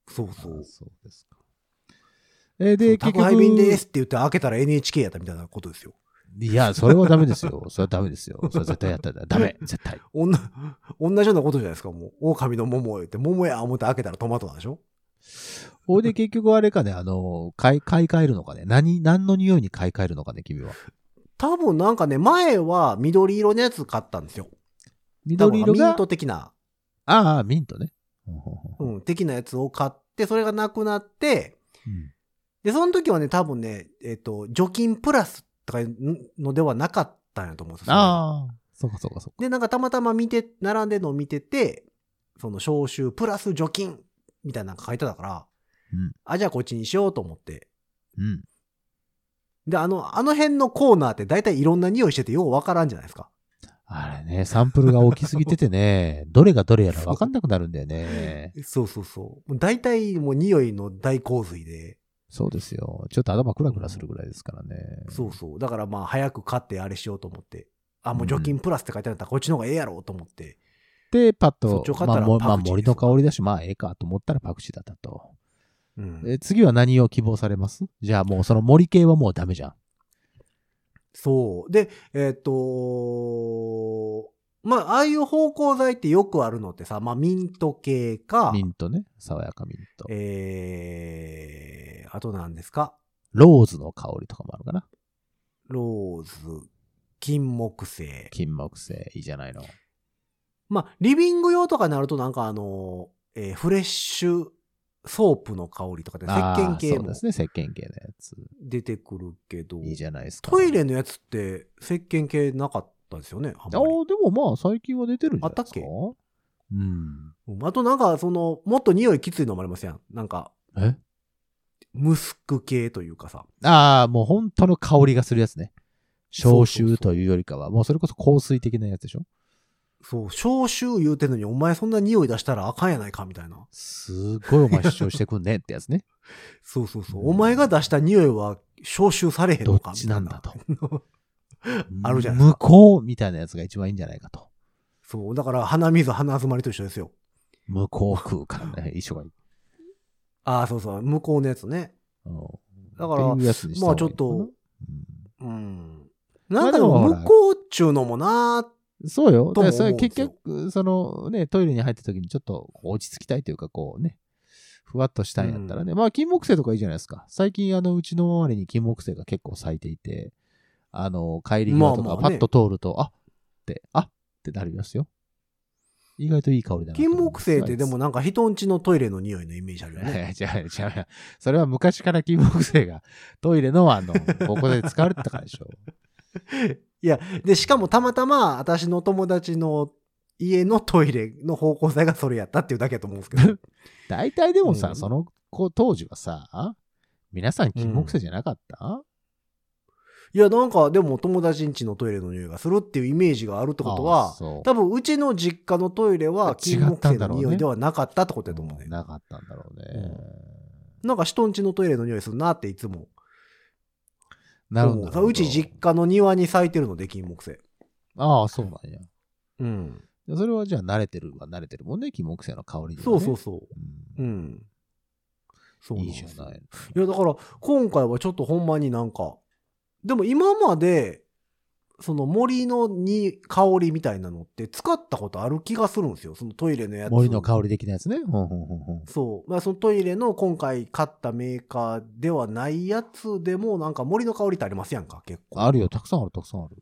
Speaker 2: そうそう。
Speaker 3: そうですか。えーで、結
Speaker 2: 宅
Speaker 3: 局、
Speaker 2: 配便ですって言って開けたら NHK やったみたいなことですよ。
Speaker 3: いや、それはダメですよ。そ れはダメですよ。それは絶対やったらダメ。絶対。
Speaker 2: おんな、同じようなことじゃないですか、もう。狼の桃を言って、桃や思って開けたらトマトなんでしょ
Speaker 3: ほいで結局あれかね、あの、買い、買い替えるのかね。何、何の匂いに買い替えるのかね、君は。
Speaker 2: 多分なんかね、前は緑色のやつ買ったんですよ。
Speaker 3: 緑色
Speaker 2: 多分ミ
Speaker 3: が
Speaker 2: ン、ト的な、
Speaker 3: ああ、ミントね。うん
Speaker 2: うん、的なやつを買って、それがなくなって、で、その時はね、多分ね、えっ、と、除菌プラスとかいうのではなかったんやと思うんですよ。
Speaker 3: ああ、そうかそうかそうか。
Speaker 2: で、なんかたまたま見て、並んでるのを見てて、その消臭プラス除菌みたいなのが書いてたから、
Speaker 3: うん
Speaker 2: あ、じゃあこっちにしようと思って。
Speaker 3: うん。
Speaker 2: で、あの、あの辺のコーナーって大体いろんな匂いしててようわからんじゃないですか。
Speaker 3: あれね、サンプルが大きすぎててね、 どれがどれやら分かんなくなるんだよね。
Speaker 2: そうそうそう。もう大体もう匂いの大洪水で、
Speaker 3: そうですよ。ちょっと頭クラクラするぐらいですからね。
Speaker 2: そうそう。だからまあ早く買ってあれしようと思って。あ、もう除菌プラスって書いてあったらこっちの方がええやろうと思って。
Speaker 3: って、パッ
Speaker 2: そ
Speaker 3: と
Speaker 2: っちを、買っ
Speaker 3: ま
Speaker 2: た
Speaker 3: あ、
Speaker 2: ら
Speaker 3: もまあ
Speaker 2: パクチーで
Speaker 3: 森
Speaker 2: すよ
Speaker 3: の香りだし、まあ、ええかと思ったらパクチーだったと。
Speaker 2: うん
Speaker 3: え次は何を希望されますじゃあもうその森系はもうダメじゃん。
Speaker 2: そう。で、えっ、とまあ、ああいう芳香剤ってよくあるのってさ、まあ、ミント系か、
Speaker 3: ミントね。爽やかミント。
Speaker 2: えー、あと何ですか
Speaker 3: ローズの香りとかもあるかな。
Speaker 2: ローズ、金木犀。
Speaker 3: 金木犀、いいじゃないの。
Speaker 2: まあ、リビング用とかになるとなんかあの、えーフレッシュソープの香りとかで石
Speaker 3: あー
Speaker 2: 鹸系
Speaker 3: そう
Speaker 2: も
Speaker 3: ですね。石鹸系のやつ。
Speaker 2: 出てくるけど、
Speaker 3: いいじゃないですか。
Speaker 2: トイレのやつって石鹸系なかったですよね、あん
Speaker 3: あ
Speaker 2: まり
Speaker 3: ーでもまあ最近は出てるんじゃないです
Speaker 2: あ
Speaker 3: か。
Speaker 2: ったっ
Speaker 3: うん。
Speaker 2: うんあとなんかその、もっと匂いきついのもありませんなんか、
Speaker 3: え
Speaker 2: ムスク系というかさ。
Speaker 3: ああ、もう本当の香りがするやつね。
Speaker 2: そう
Speaker 3: 消
Speaker 2: そうそう
Speaker 3: 臭というよりかは、もうそれこそ香水的なやつでしょ
Speaker 2: そう、消臭言うてんのに、お前そんな匂い出したらあかんやないか、みたいな。
Speaker 3: すっごいお前主張してくんねってやつ ね。
Speaker 2: そうそうそう。
Speaker 3: うん
Speaker 2: お前が出した匂いは消臭されへん
Speaker 3: ど
Speaker 2: の
Speaker 3: っ
Speaker 2: か、みた
Speaker 3: ち
Speaker 2: いな。
Speaker 3: なんだと。
Speaker 2: あるじゃないですか
Speaker 3: 向こうみたいなやつが一番いいんじゃないかと。
Speaker 2: そう、だから鼻水、鼻詰まりと一緒ですよ。
Speaker 3: 向こう空間 ね、一緒がいい。
Speaker 2: ああ、そうそう、向こうのやつね。
Speaker 3: うん
Speaker 2: だから
Speaker 3: っていうやつにした
Speaker 2: まあ
Speaker 3: 方
Speaker 2: ち
Speaker 3: が
Speaker 2: ょ
Speaker 3: い
Speaker 2: っ
Speaker 3: い
Speaker 2: と、
Speaker 3: のかな
Speaker 2: うん。な
Speaker 3: ま
Speaker 2: んか
Speaker 3: あで
Speaker 2: で
Speaker 3: も
Speaker 2: も
Speaker 3: ほら
Speaker 2: 向こうっちゅうのもな
Speaker 3: うんそうよ。
Speaker 2: と
Speaker 3: だ
Speaker 2: も思うん
Speaker 3: か
Speaker 2: で
Speaker 3: ら
Speaker 2: す
Speaker 3: そ
Speaker 2: よ
Speaker 3: れ結局、そのね、トイレに入った時にちょっとこう落ち着きたいというか、こうね、ふわっとしたいんやったらね、まあ金木犀とかいいじゃないですか。最近、あの、うちの周りに金木犀が結構咲いていて、あの、帰り際と
Speaker 2: まあ
Speaker 3: か
Speaker 2: まあ
Speaker 3: パ
Speaker 2: ね
Speaker 3: ッと通ると、あって、あってなりますよ。意外といい香りだなと
Speaker 2: 金
Speaker 3: 思うん
Speaker 2: 木
Speaker 3: す
Speaker 2: 犀ってでもなんか人んちのトイレの匂いのイメージあるよね。
Speaker 3: いや違う違う。それは昔から金木犀がトイレのあの、ここで使われてたからでしょ。
Speaker 2: いや、で、しかもたまたま私の友達の家のトイレの方向性がそれやったっていうだけだと思うんですけ ど。
Speaker 3: 大体でもさ、
Speaker 2: うん
Speaker 3: その子当時はさ、皆さん金木犀じゃなかった、
Speaker 2: いや、なんかでも友達んちのトイレの匂いがするっていうイメージがあるってこと
Speaker 3: あ
Speaker 2: は、
Speaker 3: そう
Speaker 2: 多分うちの実家のトイレは金
Speaker 3: 違っ
Speaker 2: 木
Speaker 3: た
Speaker 2: 犀
Speaker 3: んだ
Speaker 2: の
Speaker 3: ろうね
Speaker 2: 匂いではなかったってことやと思う
Speaker 3: う
Speaker 2: ね
Speaker 3: ん。なかったんだろうね。
Speaker 2: なんか人んちのトイレの匂いするなっていつも
Speaker 3: なるほ
Speaker 2: 思
Speaker 3: ど
Speaker 2: う。さうち実家の庭に咲いてるので、金木犀。
Speaker 3: ああ、そうなんや。
Speaker 2: うん。
Speaker 3: それはじゃあ慣れてるは慣れてるもんね、金木犀の香りにはね、
Speaker 2: そうそうそ
Speaker 3: うん
Speaker 2: う。うん。そうなん
Speaker 3: いい
Speaker 2: です
Speaker 3: じゃない。
Speaker 2: いや、だから、今回はちょっとほんまになんか、でも今まで、その森のに香りみたいなのって使ったことある気がするんですよ。そのトイレのやつ。
Speaker 3: 森の香り的なやつね。ほんほんほんほん
Speaker 2: そう。まあそのトイレの今回買ったメーカーではないやつでもなんか森の香りってありますやんか、結構。
Speaker 3: あるよ、たくさんある、たくさんある。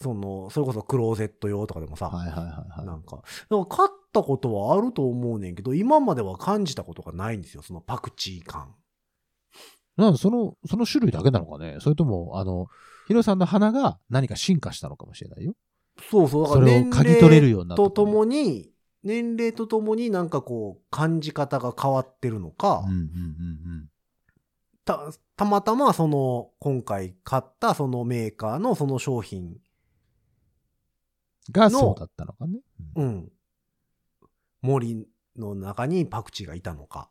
Speaker 2: その、それこそクローゼット用とかでもさ。
Speaker 3: はいはいはい
Speaker 2: な
Speaker 3: は
Speaker 2: んか。でも買ったことはあると思うねんけど、今までは感じたことがないんですよ。そのパクチー感。
Speaker 3: い。なんかその、その種類だけなのかねそれとも、あの、ヒロさんの花が何か進化したのかもしれないよ。
Speaker 2: そうそう。だか
Speaker 3: そ
Speaker 2: ら
Speaker 3: れを
Speaker 2: 年
Speaker 3: 嗅
Speaker 2: 齢
Speaker 3: ぎ取れるようになった
Speaker 2: とともに、年齢とともになんかこう、感じ方が変わってるのか、
Speaker 3: うんうんうん
Speaker 2: た、たまたまその、今回買ったそのメーカーのその商品、
Speaker 3: うん。が
Speaker 2: の
Speaker 3: そうだったのかね。う
Speaker 2: うん。森の中にパクチーがいたの か。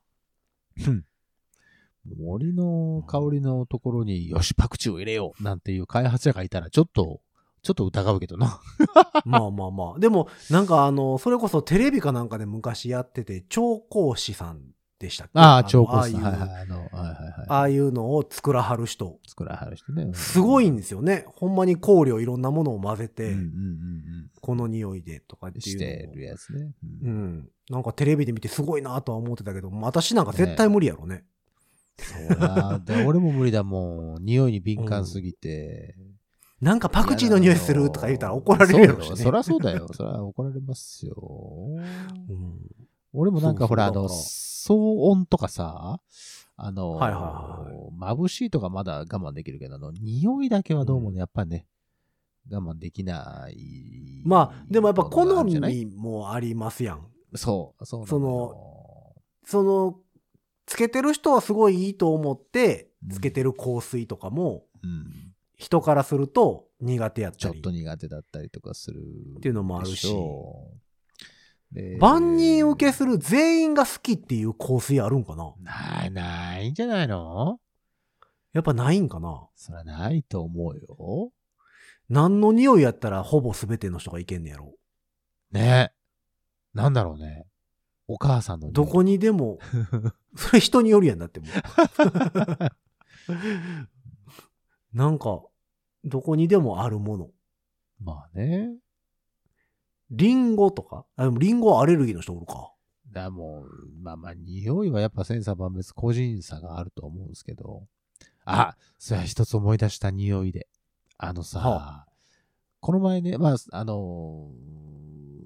Speaker 3: ん森の香りのところに、よし、パクチーを入れようなんていう開発者がいたら、ちょっと、ちょっと疑うけどな。
Speaker 2: まあまあまあ。でも、なんかあの、それこそテレビかなんかで昔やってて、調香師さんでしたっけ
Speaker 3: ああ、超高
Speaker 2: ああ
Speaker 3: さ
Speaker 2: い
Speaker 3: ん。
Speaker 2: う
Speaker 3: はいはい。あの、はいはい
Speaker 2: あ
Speaker 3: はい。
Speaker 2: あいうのを作らはる人。
Speaker 3: 作らはる人ね。うん
Speaker 2: すごいんですよね。ほんまに香料いろんなものを混ぜ
Speaker 3: うん
Speaker 2: て、
Speaker 3: うんうん
Speaker 2: この匂いでとかっ
Speaker 3: うん。
Speaker 2: てい
Speaker 3: し
Speaker 2: う
Speaker 3: て
Speaker 2: のを
Speaker 3: るやつね。うん
Speaker 2: うん。なんかテレビで見てすごいなとは思ってたけど、私なんか絶対無理やろね。
Speaker 3: そうや。 で俺も無理だもん。匂いに敏感すぎて。
Speaker 2: なんかパクチーの匂いするとか言ったら怒られるやろうし
Speaker 3: そう
Speaker 2: ね。
Speaker 3: よそりゃそうだよ。そりゃ怒られますよ。
Speaker 2: うん
Speaker 3: 俺もなんかほら、あ
Speaker 2: そうそうだから
Speaker 3: の、騒音とかさ、あの、
Speaker 2: はいはい
Speaker 3: 眩しいとかまだ我慢できるけど、あの、匂いだけはどうもね、やっぱね、我慢できない。
Speaker 2: まあ、でもやっぱ
Speaker 3: ものが
Speaker 2: 好
Speaker 3: あるんじゃない
Speaker 2: みもありますやん。
Speaker 3: そう、そうな
Speaker 2: そ
Speaker 3: の
Speaker 2: のその、つけてる人はすごいいいと思って、つけてる香水とかも、
Speaker 3: よ、うん。
Speaker 2: 人からすると苦手やっ
Speaker 3: ち
Speaker 2: た
Speaker 3: ょ
Speaker 2: り。
Speaker 3: っと苦手だったりとかする。って
Speaker 2: いうのもあるし
Speaker 3: で
Speaker 2: 万人受けする全員が好きっていう香水あるんかな
Speaker 3: ない、ないんじゃないの
Speaker 2: やっぱないんかな
Speaker 3: そりゃないと思うよ。
Speaker 2: 何の匂いやったらほぼ全ての人がいけんねやろ
Speaker 3: ね。なんだろうね。お母さんの匂い
Speaker 2: どこにで も、それ人によるやんだってもう。なんか、どこにでもあるもの。
Speaker 3: まあね。
Speaker 2: リンゴとかあ、でもリンゴアレルギーの人おるか。
Speaker 3: だもう、まあまあ、匂いはやっぱ千差万別個人差があると思うんですけど。あ、それは一つ思い出した匂いで。あのさ、
Speaker 2: は
Speaker 3: この前ね、まあ、あのー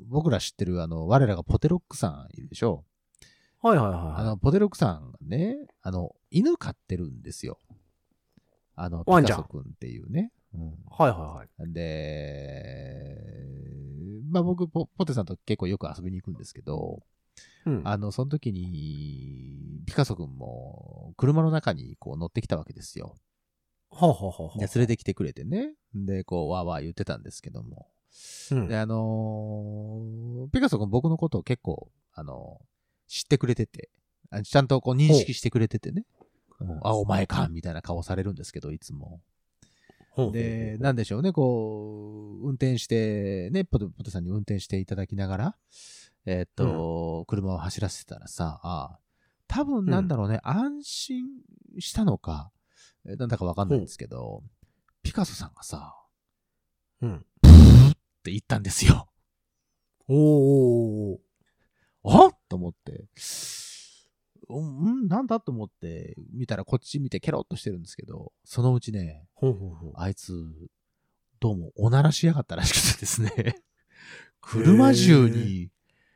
Speaker 3: 僕ら知ってる、あの、我らがポテロックさんいるでしょ。
Speaker 2: はいはい
Speaker 3: あ
Speaker 2: は
Speaker 3: の、ポテロックさんがね、あの、犬飼ってるんですよ。あの、ピ
Speaker 2: ワンち
Speaker 3: カ
Speaker 2: ゃん
Speaker 3: ソくんっていうね。うん。
Speaker 2: い。はいはいはい。
Speaker 3: で、まあ僕ポ、ポテさんと結構よく遊びに行くんですけど、
Speaker 2: うん。
Speaker 3: あの、その時に、ピカソくんも車の中にこう乗ってきたわけですよ。
Speaker 2: はあ、はあはあはあ
Speaker 3: で、連れてきてくれてね。で、こう、わーわー言ってたんですけども。
Speaker 2: うん
Speaker 3: で、あのーピカソくん僕のことを結構、あのー知ってくれてて、あちゃんとこう認識してくれててね。うんあ、お前か、みたいな顔されるんですけど、いつも。
Speaker 2: ほう
Speaker 3: で、なんでしょうね、こう、運転して、ね、ポテポテさんに運転していただきながら、えーっと、車を走らせてたらさ、あ多分なんだろうね、安心したのか、えなんだかわかんないんですけど、ピカソさんがさ、
Speaker 2: うん。
Speaker 3: って言ったんですよ。
Speaker 2: おーおーおー
Speaker 3: あと思って、うんうん、なんだと思って、見たらこっち見てケロッとしてるんですけど、そのうちね、
Speaker 2: ほうほうほう。
Speaker 3: あいつ、どうも、おならしやがったらしくてですね。車中に、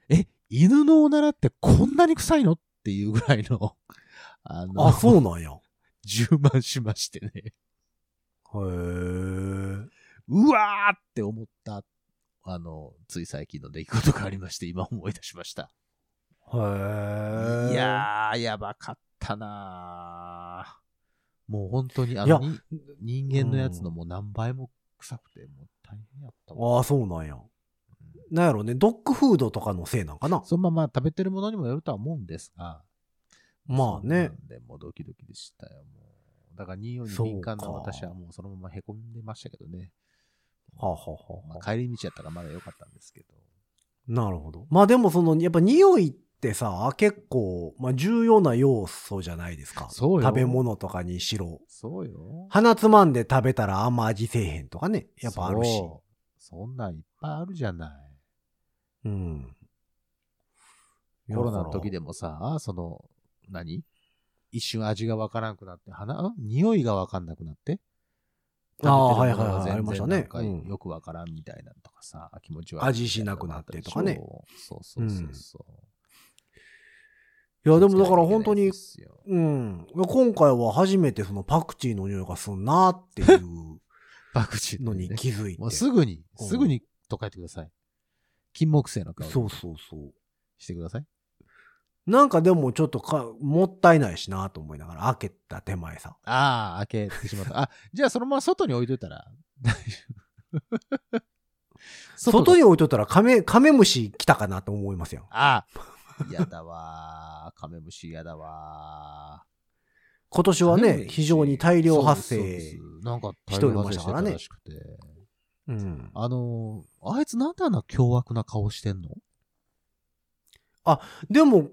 Speaker 3: え、犬のおならってこんなに臭いのっていうぐらいの、 あの、
Speaker 2: あ、そうなんや。へ
Speaker 3: 充満しましてね。
Speaker 2: え。
Speaker 3: うわーって思った、あの、つい最近の出来事がありまして、今思い出しました。
Speaker 2: へえ。
Speaker 3: いやー、やばかったなーもう本当に、あ
Speaker 2: いや
Speaker 3: の、に人間のやつのもう何倍も臭くて、もう大変やったわ
Speaker 2: ああ、そうなんや。なんやろね、ドッグフードとかのせいなんかな。
Speaker 3: そのまま食べてるものにもよるとは思うんですが。
Speaker 2: まあ
Speaker 3: そうな
Speaker 2: ね。
Speaker 3: んで、もうドキドキでしたよ、もう。だから匂いに
Speaker 2: そうか
Speaker 3: 敏感な私はもうそのまま凹んでましたけどね。
Speaker 2: はあ、はあはあ
Speaker 3: ま
Speaker 2: はあ
Speaker 3: あ、帰り道やったらまだ良かったんですけど。
Speaker 2: なるほど。まあでもその、やっぱ匂いってさ、結構、まあ重要な要素じゃないですか。
Speaker 3: そうよ
Speaker 2: 食べ物とかにしろ。
Speaker 3: そうよ。
Speaker 2: 鼻つまんで食べたらあんま味せえへんとかね。やっぱあるし。
Speaker 3: そう。そんなんいっぱいあるじゃない。
Speaker 2: うん。
Speaker 3: コロナの時
Speaker 2: で。
Speaker 3: でもさ、その、何一瞬味がわからなくなって、鼻、ん匂いがわかんなくなって。
Speaker 2: あー
Speaker 3: 食べて
Speaker 2: はいは
Speaker 3: るもの
Speaker 2: いはいありましたね
Speaker 3: 全然なんか
Speaker 2: うん
Speaker 3: よくわからんみたいなのとかさ、気持ち悪い。
Speaker 2: 味しなくなってとかね。
Speaker 3: そうそうそうそう。
Speaker 2: いやでもだから本当に
Speaker 3: 気を、つけなきゃいけないんですよ
Speaker 2: うん。今回は初めてそのパクチーの匂いがすんなっていう
Speaker 3: パクチー
Speaker 2: のに
Speaker 3: ね
Speaker 2: 気づいて。
Speaker 3: もうすぐに、
Speaker 2: うん
Speaker 3: すぐにと書いてください。金木犀の香り
Speaker 2: そうそうそう。
Speaker 3: してください。
Speaker 2: なんかでもちょっとか、もったいないしなと思いながら、開けた手前さ。
Speaker 3: ああ、開けてしまった。あ、じゃあそのまま外に置いといたら。大丈 夫
Speaker 2: 外に置いとったらカメ、カメムシ来たかなと思いますよ。
Speaker 3: あ嫌だわー。カメムシ嫌だわ
Speaker 2: 今年
Speaker 3: ー。
Speaker 2: は
Speaker 3: カメム
Speaker 2: ね、
Speaker 3: シ
Speaker 2: 非常に大量発
Speaker 3: そうです
Speaker 2: 生。
Speaker 3: そうですなんか
Speaker 2: し
Speaker 3: 大
Speaker 2: ており
Speaker 3: 量
Speaker 2: ま
Speaker 3: 発
Speaker 2: した
Speaker 3: 生し
Speaker 2: か
Speaker 3: て
Speaker 2: ら
Speaker 3: た
Speaker 2: ね
Speaker 3: らしくて。
Speaker 2: うん。
Speaker 3: あのー、あいつなんであんな凶悪な顔してんの
Speaker 2: でも、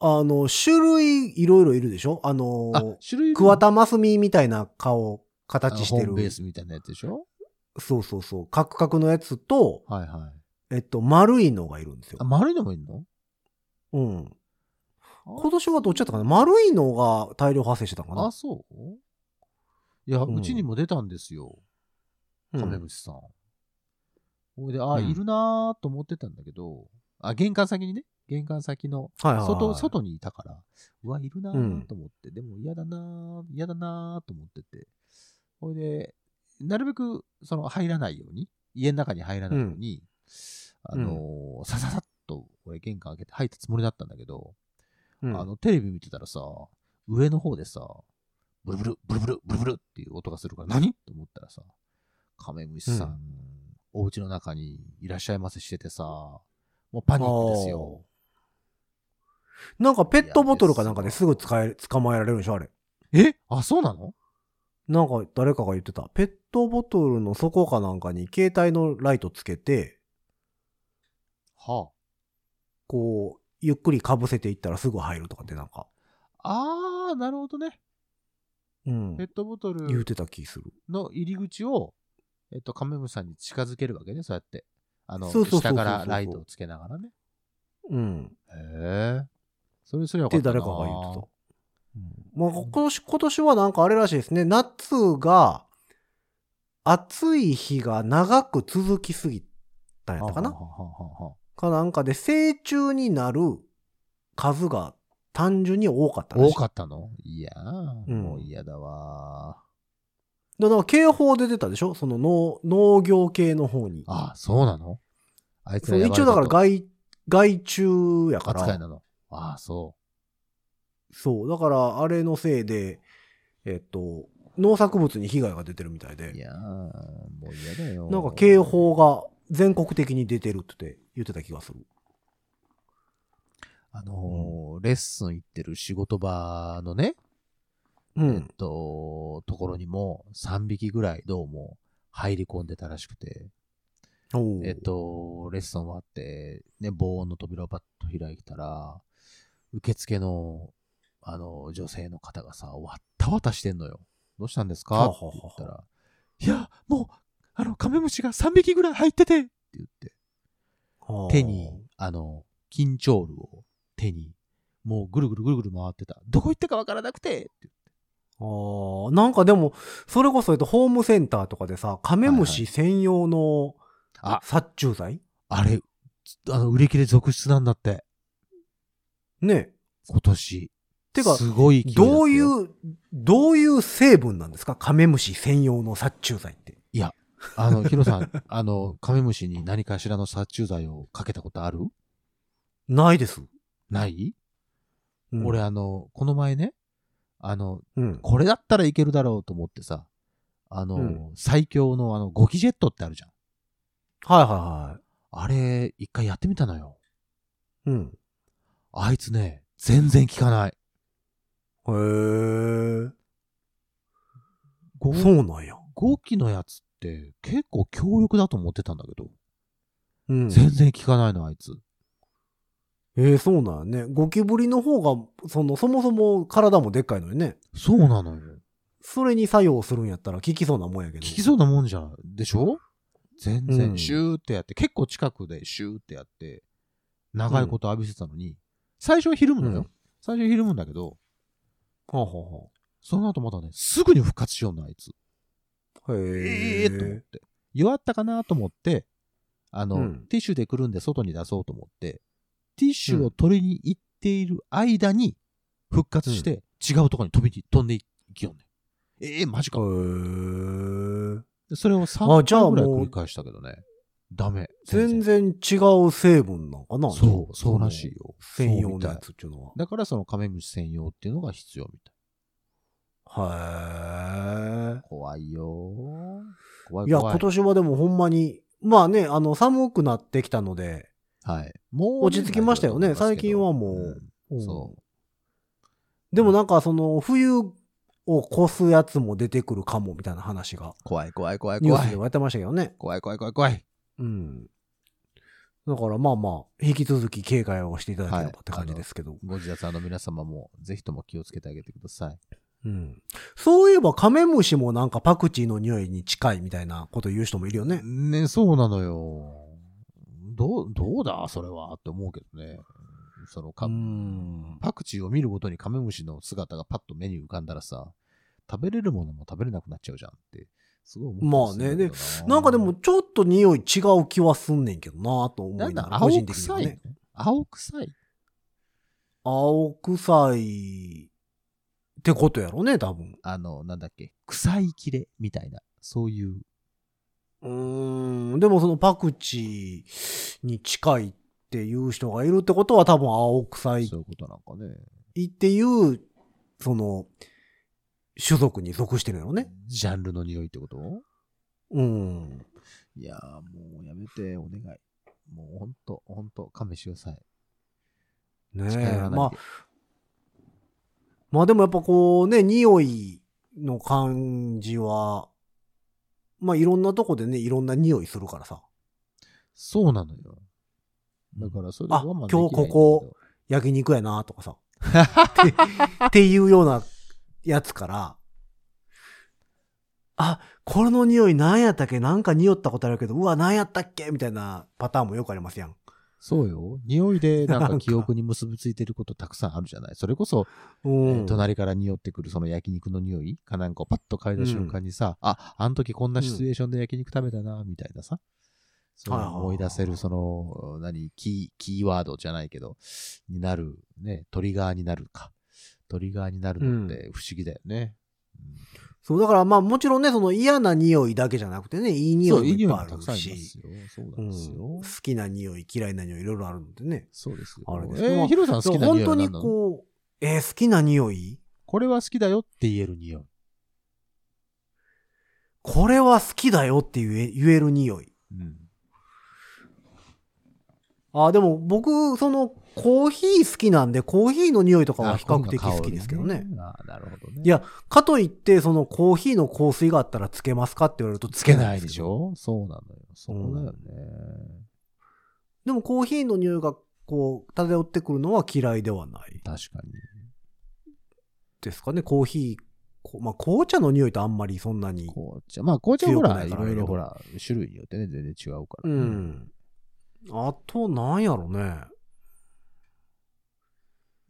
Speaker 2: あの、種類いろいろいるでしょあの
Speaker 3: あ、種類
Speaker 2: 桑田真澄みたいな顔、
Speaker 3: タ
Speaker 2: 形してる
Speaker 3: ベ。ースみたいなやつでしょ
Speaker 2: そうそうそう。カクカクのやつと、
Speaker 3: はいはい。
Speaker 2: えっと、丸いのがいるんですよ
Speaker 3: あ、。丸いのもいんの
Speaker 2: うん。今年はどっちだったかな丸いのが大量発生してたのか
Speaker 3: あ、
Speaker 2: な
Speaker 3: そういや、
Speaker 2: ん
Speaker 3: うちにも出たんですよ。カメ
Speaker 2: うん
Speaker 3: ムシさん。ほいで、あ、
Speaker 2: うん
Speaker 3: いるなーと思ってたんだけど、あ、玄関先にね、玄関先の
Speaker 2: はいはいはい
Speaker 3: 外、外にいたから、うわ、いるな
Speaker 2: うん
Speaker 3: ーと思って、でも嫌だなー、嫌だなーと思ってて、ほいで、なるべく、その、入らないように、家の中に入らないように、あのーさささっと、俺、玄関開けて入ったつもりだったんだけど、
Speaker 2: うん
Speaker 3: あの、テレビ見てたらさ、上の方でさ、ブルブル、ブルブル、ブルブルっていう音がするから何、と思ったらさ、カメムシさん、
Speaker 2: うん
Speaker 3: お家の中にいらっしゃいませしててさ、もうパニックですよ。
Speaker 2: なんかペットボトルかなんかですぐ使え、捕まえられるんでしょあれ。
Speaker 3: えあ、そうなの
Speaker 2: なんか誰かが言ってた。ペットボトルの底かなんかに携帯のライトつけて、
Speaker 3: は
Speaker 2: こう、ゆっくり被せていったらすぐ入るとかってなんか、
Speaker 3: あー、なるほどね。
Speaker 2: うん
Speaker 3: ペッ、トボト
Speaker 2: 言う
Speaker 3: ル
Speaker 2: てた気する。
Speaker 3: の入り口を、えっと、カメムシさんに近づけるわけね、そうやって。あの、
Speaker 2: そうそうそうそう
Speaker 3: 下からライトをつけながらね。
Speaker 2: うん。
Speaker 3: へえ。それすりゃよ
Speaker 2: っ
Speaker 3: かってた
Speaker 2: 誰
Speaker 3: な。
Speaker 2: かが言ってた。まあ、今年、今年はなんかあれらしいですね。夏が、暑い日が長く続きすぎたんやったか
Speaker 3: は
Speaker 2: な
Speaker 3: ははは
Speaker 2: かなんかで、成虫になる数が単純に多かったらしい。
Speaker 3: 多かったのいやー、
Speaker 2: うん
Speaker 3: もう嫌だわ
Speaker 2: だから警報で出たでしょその農農業系の方に
Speaker 3: ー。。あ、そうなのあいつ
Speaker 2: そ
Speaker 3: ら
Speaker 2: う
Speaker 3: やばい
Speaker 2: 一応だから
Speaker 3: 外
Speaker 2: 害、害虫やか
Speaker 3: 扱い
Speaker 2: ら。
Speaker 3: なの。ああ、そ。
Speaker 2: そう。だからあれのせいで、えっと、農作物に被害が出てるみたいう
Speaker 3: い
Speaker 2: で。
Speaker 3: やー、もう嫌だよ。
Speaker 2: なんか警。報が全国的に出てるって言ってた気がする。
Speaker 3: あのーレッスン行ってる仕事場のね、
Speaker 2: う
Speaker 3: えっ。と、ところにも3匹ぐらいどうも入り込んでたらしくて、
Speaker 2: おう
Speaker 3: えっと、レッスン終わって、ね、防音の扉をバッと開いたら、受付の、あの、女性の方がさ、わったわたしてんのよ。どうしたんです
Speaker 2: はあ
Speaker 3: かっ
Speaker 2: はあはあ
Speaker 3: て言ったら、いや、もう、あの、カメムシが3匹ぐらい入っててって言って、
Speaker 2: はあ
Speaker 3: 手に、あの、緊張ルを手に、もうぐるぐるぐるぐる回ってた。どこ行ったかわからなくてって
Speaker 2: あーなんかでも、それこそ、えっと、ホームセンターとかでさ、カメムシ専用の
Speaker 3: あ
Speaker 2: 殺虫剤、
Speaker 3: あれ、あの、売り切れ続出なんだって、
Speaker 2: ね。
Speaker 3: 今年。
Speaker 2: てか、
Speaker 3: すごい勢いだったよ
Speaker 2: どういう、どういう成分なんですかカメムシ専用の殺虫剤って。
Speaker 3: あの、ヒロさん、 あの、カメムシに何かしらの殺虫剤をかけたことある
Speaker 2: ないです。
Speaker 3: ない、
Speaker 2: うん
Speaker 3: 俺、、あの、この前ね、あの、
Speaker 2: うん。
Speaker 3: これだったらいけるだろうと思ってさ、あの、
Speaker 2: うん
Speaker 3: 最強のあの、ゴキジェットってあるじゃん。
Speaker 2: はいは
Speaker 3: あれ、一回やってみたのよ。
Speaker 2: いはい。うん。
Speaker 3: あいつね、全然効かない。
Speaker 2: へー
Speaker 3: ゴ
Speaker 2: そうなんや。
Speaker 3: ゴキのやつって結構強力だと思ってたんだけど、
Speaker 2: うん。
Speaker 3: 全然効かないの、あいつ。
Speaker 2: えー、そうなんやね。ゴキブリの方が、その、そもそも体もでっかいのにね。
Speaker 3: そうなのよ。
Speaker 2: それに作用するんやったら効きそうなもんやけ
Speaker 3: 効
Speaker 2: ど。
Speaker 3: きそうなもんじゃん。でしょ全然、
Speaker 2: うん
Speaker 3: シューってやって、結構近くでシューってやって、長いこと浴びせたのに、最初はひるむのよ。
Speaker 2: うん
Speaker 3: 最初はひるむんだけど、
Speaker 2: はあはあはあ
Speaker 3: その後またね、すぐに復活しようの、あいつ。ええ
Speaker 2: へ
Speaker 3: ー、と思って。弱ったかなと思って、あの、
Speaker 2: うん
Speaker 3: ティッシュでくるんで外に出そうと思って、ティッシュを取りに行っている間に、復活して、違うところに飛びに、飛んでいきよんね。ええー、マジか。
Speaker 2: へえ。
Speaker 3: でそれを
Speaker 2: あ
Speaker 3: 3
Speaker 2: じゃあ
Speaker 3: 回ぐらい
Speaker 2: もう
Speaker 3: 繰り返したけどね。ダメ。
Speaker 2: 全然違う成分なんかな
Speaker 3: そう、そうらしい。よ。
Speaker 2: 専用のや
Speaker 3: そうみた
Speaker 2: つ
Speaker 3: い
Speaker 2: っていうのは。
Speaker 3: だからそのカメムシ専用っていうのが必要みたい。
Speaker 2: は
Speaker 3: 怖いよー。怖
Speaker 2: い。
Speaker 3: い
Speaker 2: いや、
Speaker 3: 怖い。
Speaker 2: 今年はでもほんまに、まあね、あの、寒くなってきたので、
Speaker 3: はい。もう
Speaker 2: 落ち着きましたよね
Speaker 3: 大丈夫だと思いま
Speaker 2: 最近
Speaker 3: すけど
Speaker 2: はもう
Speaker 3: うん
Speaker 2: うん
Speaker 3: そう。
Speaker 2: でもなんかその、冬を越すやつも出てくるかもみたいな話が、
Speaker 3: 怖い怖い怖い
Speaker 2: ニュー
Speaker 3: 怖
Speaker 2: スで
Speaker 3: い
Speaker 2: も。やってましたけどね。
Speaker 3: 怖い怖い怖い怖い。
Speaker 2: うん。だからまあまあ、引き続き警戒をしていただければ
Speaker 3: はい
Speaker 2: って感じですけど。
Speaker 3: ご自宅の皆様も、ぜひとも気をつけてあげてください。
Speaker 2: うん。そういえばカメムシもなんかパクチーの匂いに近いみたいなこと言う人もいるよね。
Speaker 3: ね、そうなのよ。どう、どうだそれはって思うけどね。そのか、
Speaker 2: ん。
Speaker 3: パクチーを見るごとにカメムシの姿がパッと目に浮かんだらさ、食べれるものも食べれなくなっちゃうじゃんって、すごい思ったりするんだけど
Speaker 2: なんかでも、ちょっと匂い違う気はすんねんけどなと思
Speaker 3: ないん
Speaker 2: なが
Speaker 3: だ、
Speaker 2: ら、個
Speaker 3: 青
Speaker 2: 人的には
Speaker 3: 臭いの、
Speaker 2: ね。
Speaker 3: 青臭い
Speaker 2: 青臭いってことやろね、多分。
Speaker 3: あの、なんだっけ、臭い切れみたいな、そういう。
Speaker 2: うーん。でもそのパクチーに近いっていう人がいるってことは多分青臭
Speaker 3: そういうことなんかね。
Speaker 2: いっていう、その、種族に属してるよね。
Speaker 3: ジャンルの匂いってこと
Speaker 2: うん。
Speaker 3: いやー、もうやめて、お願い。もうほんと、ほんと、勘弁してください。
Speaker 2: ね
Speaker 3: 近寄
Speaker 2: え。
Speaker 3: ら
Speaker 2: ま
Speaker 3: な
Speaker 2: あ
Speaker 3: いで、
Speaker 2: まあでもやっぱこうね、匂いの感じは、まあいろんなとこでね、いろんな匂いするからさ。
Speaker 3: そうなのよ。だからそれ
Speaker 2: あ
Speaker 3: はまあできないんだけど
Speaker 2: 今日こ焼肉やなとかさ。ってっていうようなやつから、あ、この匂い何やったっけなんか匂ったことあるけど、うわ、何やったっけみたいなパターンもよくありますやん。
Speaker 3: そうよ。匂いでなん
Speaker 2: な
Speaker 3: か
Speaker 2: んか
Speaker 3: 記憶に結びついてることたくさんあるじゃない。それこそ、
Speaker 2: う
Speaker 3: え
Speaker 2: ん。
Speaker 3: ー隣から匂ってくるその焼肉の匂いかなんかをパッと嗅いだ瞬間にさ、あ、あの時こんなシチュエーションで焼肉食べたな、みたいなさ。そういうのを思い出せる、その、何、キー、キーワードじゃないけど、になる、ね、トリガーになるか。トリガーになるのって不思議だよね。うん
Speaker 2: そう、だからまあもちろんね、その嫌な匂いだけじゃなくてね、いい匂
Speaker 3: そう、
Speaker 2: い
Speaker 3: いい
Speaker 2: もいっぱいあ
Speaker 3: 匂いもた
Speaker 2: る
Speaker 3: くさんありま
Speaker 2: し
Speaker 3: す、よ。そう
Speaker 2: う
Speaker 3: なん
Speaker 2: ん
Speaker 3: ですよ。
Speaker 2: 好きな匂い、嫌いな匂い、いろいろあるのでね。
Speaker 3: そうですよ。
Speaker 2: あれです
Speaker 3: えーヒロさん好きな匂いは
Speaker 2: 本当
Speaker 3: 何
Speaker 2: に
Speaker 3: なの
Speaker 2: こう、えー好きな匂い
Speaker 3: これは好きだよって言える匂い。
Speaker 2: これは好きだよって言え言える匂い。
Speaker 3: うん。
Speaker 2: あ、でも僕、その、コーヒー好きなんで、コーヒーの匂いとかは比較的好きですけどね。
Speaker 3: あーなるほどね。
Speaker 2: いや、かといって、そのコーヒーの香水があったらつけますかって言われると
Speaker 3: つけないでし
Speaker 2: ょ。
Speaker 3: ょそうなのよ。そうだよね。
Speaker 2: でもコーヒーの匂いがこう、漂ってくるのは嫌いではない
Speaker 3: 確かに。
Speaker 2: ですかね。コーヒー、こまあ紅茶の匂いとあんまりそんなに。
Speaker 3: 紅茶。まあ、紅茶はほら、
Speaker 2: 強くな
Speaker 3: い
Speaker 2: いから
Speaker 3: ろいろほら、種類によってね、全然違うから。
Speaker 2: う。ん。あと、なんやろね。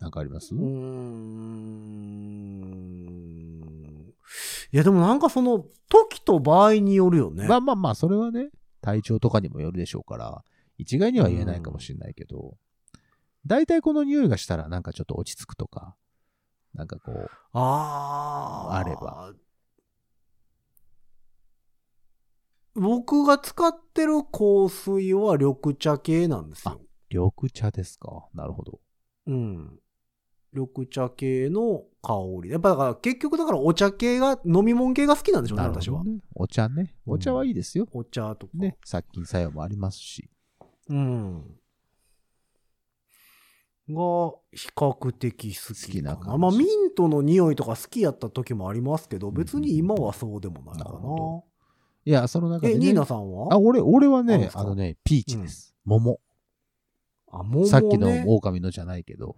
Speaker 3: なんかあります
Speaker 2: うーん。いや、でもなんかその、時と場合によるよね。
Speaker 3: まあまあまあ、それはね、体調とかにもよるでしょうから、一概には言えないかもしれないけど、大体この匂いがしたら、なんかちょっと落ち着くとか、なんかこう、
Speaker 2: ああ。
Speaker 3: あれば。
Speaker 2: 僕が使ってる香水は緑茶系なんですよ。
Speaker 3: 緑茶ですか。なるほど。
Speaker 2: うん。緑茶系の香り。やっぱだから結局だからお茶系が、飲み物系が好きなんでしょうね、
Speaker 3: なるほ
Speaker 2: 私は
Speaker 3: ど。ね。お茶ね。お茶はいいですよ。
Speaker 2: お茶とか。
Speaker 3: ね。殺菌作用もありますし。
Speaker 2: うん。が、比較的好きかな。
Speaker 3: 好きな感じ
Speaker 2: まあ、ミントの匂いとか好きやった時もありますけど、
Speaker 3: ん
Speaker 2: 別に今はそうでもないか
Speaker 3: なるほ
Speaker 2: な。
Speaker 3: いや、その中で、
Speaker 2: え、
Speaker 3: ね。
Speaker 2: ニーナさんは
Speaker 3: あ、俺、俺は
Speaker 2: あそうで
Speaker 3: ね
Speaker 2: す、か
Speaker 3: あのね、ピーチです。桃。
Speaker 2: あ、桃ね
Speaker 3: さっきの狼のじゃないけど、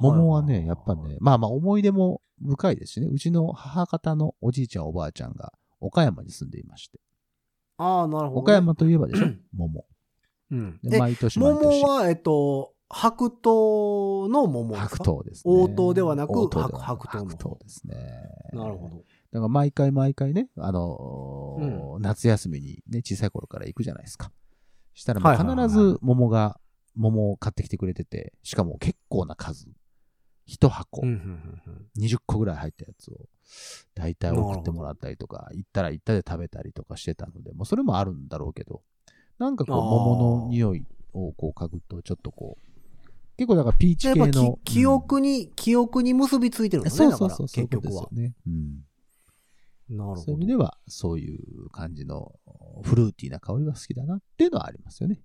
Speaker 3: 桃はね、やっぱね、まあまあ思い出も深いですしね、うちの母方のおじいちゃんおばあちゃんが岡山に住んでいまして、
Speaker 2: ああ、なるほど、ね。
Speaker 3: 岡山といえばで しょ、桃。
Speaker 2: うん。
Speaker 3: で
Speaker 2: え、
Speaker 3: 毎年毎
Speaker 2: 桃
Speaker 3: 年。
Speaker 2: は、えっと、白桃の桃です
Speaker 3: 白
Speaker 2: か
Speaker 3: 桃ですね。
Speaker 2: 応答ではなく
Speaker 3: 応答では
Speaker 2: 白白桃の
Speaker 3: 白桃ですね。
Speaker 2: なるほど。
Speaker 3: だから毎回毎回ね、あのー夏休みにね、小さい頃から行くじゃないですか。したらも
Speaker 2: はいはいはいう
Speaker 3: 必ず桃が、桃を買ってきてくれてて、しかも結構な数。一箱
Speaker 2: うん、う、んうん
Speaker 3: 20個ぐらい入ったやつを、大体送ってもらったりとか、行ったら行ったで食べたりとかしてたので、もうそれもあるんだろうけど、なんかこう、
Speaker 2: あー
Speaker 3: 桃の匂いをこう嗅ぐと、ちょっとこう、結構だからピー
Speaker 2: うん。
Speaker 3: チ
Speaker 2: や
Speaker 3: 系
Speaker 2: っぱ
Speaker 3: の。
Speaker 2: き記憶に、記憶に結びついてるん
Speaker 3: うん
Speaker 2: です
Speaker 3: そ
Speaker 2: ね。
Speaker 3: う
Speaker 2: だか
Speaker 3: そう
Speaker 2: ら
Speaker 3: そう、そうい
Speaker 2: 結
Speaker 3: うこ
Speaker 2: 局
Speaker 3: とです
Speaker 2: は
Speaker 3: よ。ね。うん。
Speaker 2: なる
Speaker 3: そういう
Speaker 2: ほ
Speaker 3: 意味で
Speaker 2: ど。
Speaker 3: は、そういう感じのフルーティーな香りは好きだなっていうのはありますよね。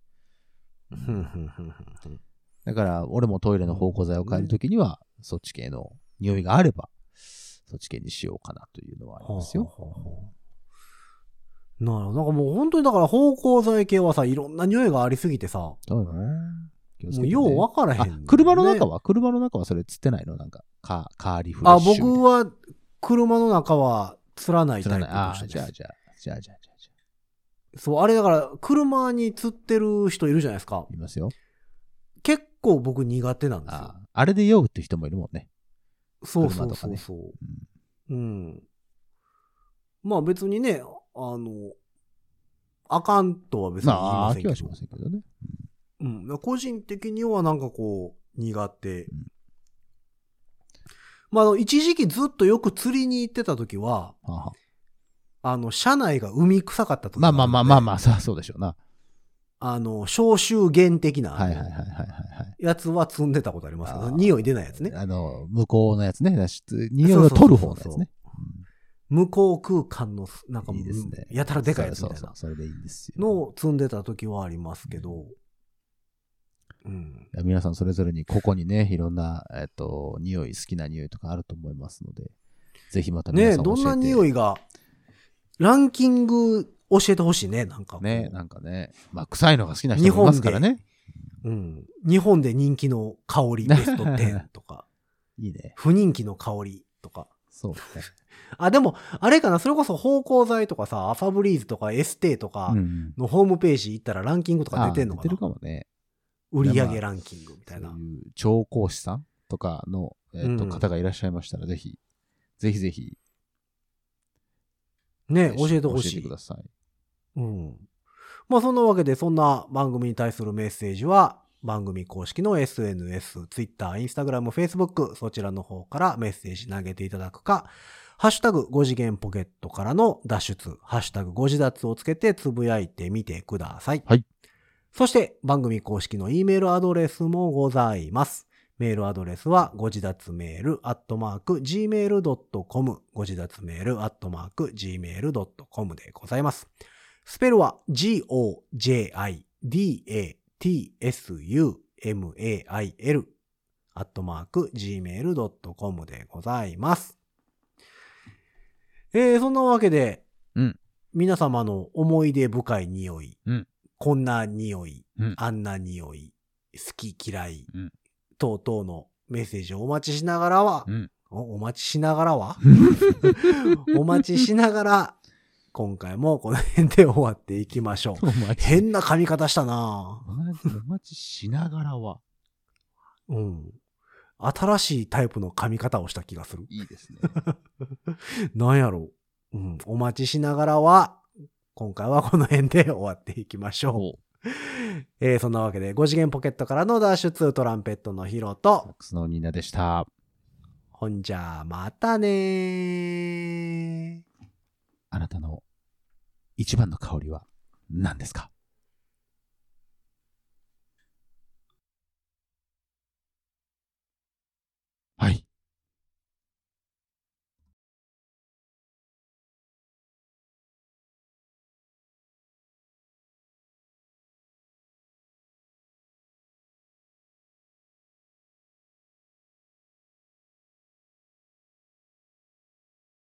Speaker 2: うんうんうんうん
Speaker 3: だから、俺もトイレの芳香剤を変えるときには、そっち系の匂いがあれば、そっち系にしようかなというのはありますよ。
Speaker 2: ほうほうほうほうなるほど。なんかもう本当にだから芳香剤系はさ、いろんな匂いがありすぎてさ、も
Speaker 3: そうよね。気をつけ
Speaker 2: う
Speaker 3: てね
Speaker 2: よう分からへん
Speaker 3: あ
Speaker 2: ね、
Speaker 3: 車の中は、車の中はそれつってないのなんか、カー、カーリフレ
Speaker 2: あ、
Speaker 3: ッシュみたいな。
Speaker 2: 僕は車の中は釣らない
Speaker 3: つ
Speaker 2: タ
Speaker 3: ら
Speaker 2: イ
Speaker 3: な
Speaker 2: プ
Speaker 3: い。
Speaker 2: の
Speaker 3: あ
Speaker 2: 人
Speaker 3: ー、
Speaker 2: で
Speaker 3: じゃあ
Speaker 2: す。
Speaker 3: じゃあ、じゃあじゃあじゃあじゃ
Speaker 2: そう、あれだから車に釣ってる人いるじゃないですか
Speaker 3: あ。いますよ。
Speaker 2: 結構僕苦手なんですよ
Speaker 3: あ。ーあれで酔うって人もいるもんね。
Speaker 2: そうそ
Speaker 3: 車
Speaker 2: う
Speaker 3: とか
Speaker 2: そう
Speaker 3: ね
Speaker 2: そうう。うん。まあ別にね、あの、あかんとは別に
Speaker 3: ま
Speaker 2: 言い
Speaker 3: あ、
Speaker 2: ませ
Speaker 3: 飽
Speaker 2: ん
Speaker 3: き
Speaker 2: け
Speaker 3: はしま
Speaker 2: ど。
Speaker 3: せんけどね。
Speaker 2: うん、個人的にはなんかこう、苦手。
Speaker 3: ん
Speaker 2: まああの、一時期ずっとよく釣りに行ってた時は、
Speaker 3: はあはあ
Speaker 2: あの、車内が海臭かった時
Speaker 3: まあまあまあまあ
Speaker 2: あ。
Speaker 3: まあ、そうそうでしょうな。
Speaker 2: あの、消臭源的な。
Speaker 3: はいはいはいはいはいはい。
Speaker 2: やつは積んでたことありますけど
Speaker 3: あー
Speaker 2: 匂い出ないやつね。
Speaker 3: あの、向こうのやつね。だし匂いを取る方のや
Speaker 2: そう
Speaker 3: つ
Speaker 2: そう
Speaker 3: ね。
Speaker 2: 向こう空間の、なんか
Speaker 3: いいですね
Speaker 2: やたらでかいやつ
Speaker 3: そ
Speaker 2: み
Speaker 3: う
Speaker 2: たい
Speaker 3: そう
Speaker 2: な
Speaker 3: そう、それでいいんですよ。
Speaker 2: のを積んでた時はありますけど、うん。
Speaker 3: いや皆さんそれぞれにここにね、いろんな、えっと、匂い、好きな匂いとかあると思いますので、ぜひまた皆
Speaker 2: ねえ
Speaker 3: さん教
Speaker 2: ど
Speaker 3: えて。
Speaker 2: んな匂いが、ランキング教えてほしいね、なんか。
Speaker 3: ね、なんかね、まあ、臭いのが好きな人もいますからね。
Speaker 2: うん。日本で人気の香りベスト10とか、
Speaker 3: いいね。
Speaker 2: 不人気の香りとか。
Speaker 3: そうね。
Speaker 2: あ、でも、あれかな、それこそ芳香剤とかさ、ファブリーズとかエステとか
Speaker 3: うん
Speaker 2: のホームページ行ったらランキングとか出てんの
Speaker 3: あ
Speaker 2: か
Speaker 3: 出て
Speaker 2: な
Speaker 3: るかもね。
Speaker 2: 売り上げランキングみたいな
Speaker 3: そう。いう調香師さんとかの、えっと
Speaker 2: うん
Speaker 3: 方がいらっしゃいましたら、ぜひ、ぜひぜひ、
Speaker 2: ね、教えてほし
Speaker 3: 教えてく
Speaker 2: い
Speaker 3: だ。さい。
Speaker 2: うん。まあそんなわけで、そんな番組に対するメッセージは、番組公式の SNS、Twitter、Instagram、Facebook、そちらの方からメッセージ投げていただくか、ハッシュタグ5次元ポケットからの脱出、ハッシュタグ5次脱をつけてつぶやいてみてください。
Speaker 3: はい。
Speaker 2: そして番組公式の E メールアドレスもございます。メールアドレスは、ご自立メール、アットマーク、gmail.com、ご自立メール、アットマーク、gmail.com でございます。スペルは g-o-j-i-d-a-t-s-u-m-a-i-l アットマーク gmail.com でございます。えー、そんなわけで、
Speaker 3: うん
Speaker 2: 皆様の思い出深い匂い、
Speaker 3: うん
Speaker 2: こんな匂い、
Speaker 3: うん
Speaker 2: あんな匂い、好き嫌い、
Speaker 3: うん
Speaker 2: 等々のメッセージをお待ちしながらは、
Speaker 3: うん。
Speaker 2: おお待ちしながら は お待ちしながら、今回もこの辺で終わっていきましょう。
Speaker 3: お待ち
Speaker 2: 変な髪型したな
Speaker 3: お待ちお待ちしながらは、
Speaker 2: ぁうん。新しいタイプの髪型をした気がする。
Speaker 3: いいですね。
Speaker 2: なんやろう。うん。お待ちしながらは、今回はこの辺で終わっていきましょう。えー、そんなわけで、5次元ポケットからの脱出トランペットのヒロ
Speaker 3: サッ
Speaker 2: と、
Speaker 3: クスのニーナでした。
Speaker 2: ほんじゃ、またねー。
Speaker 3: あなたの一番の香りは何ですか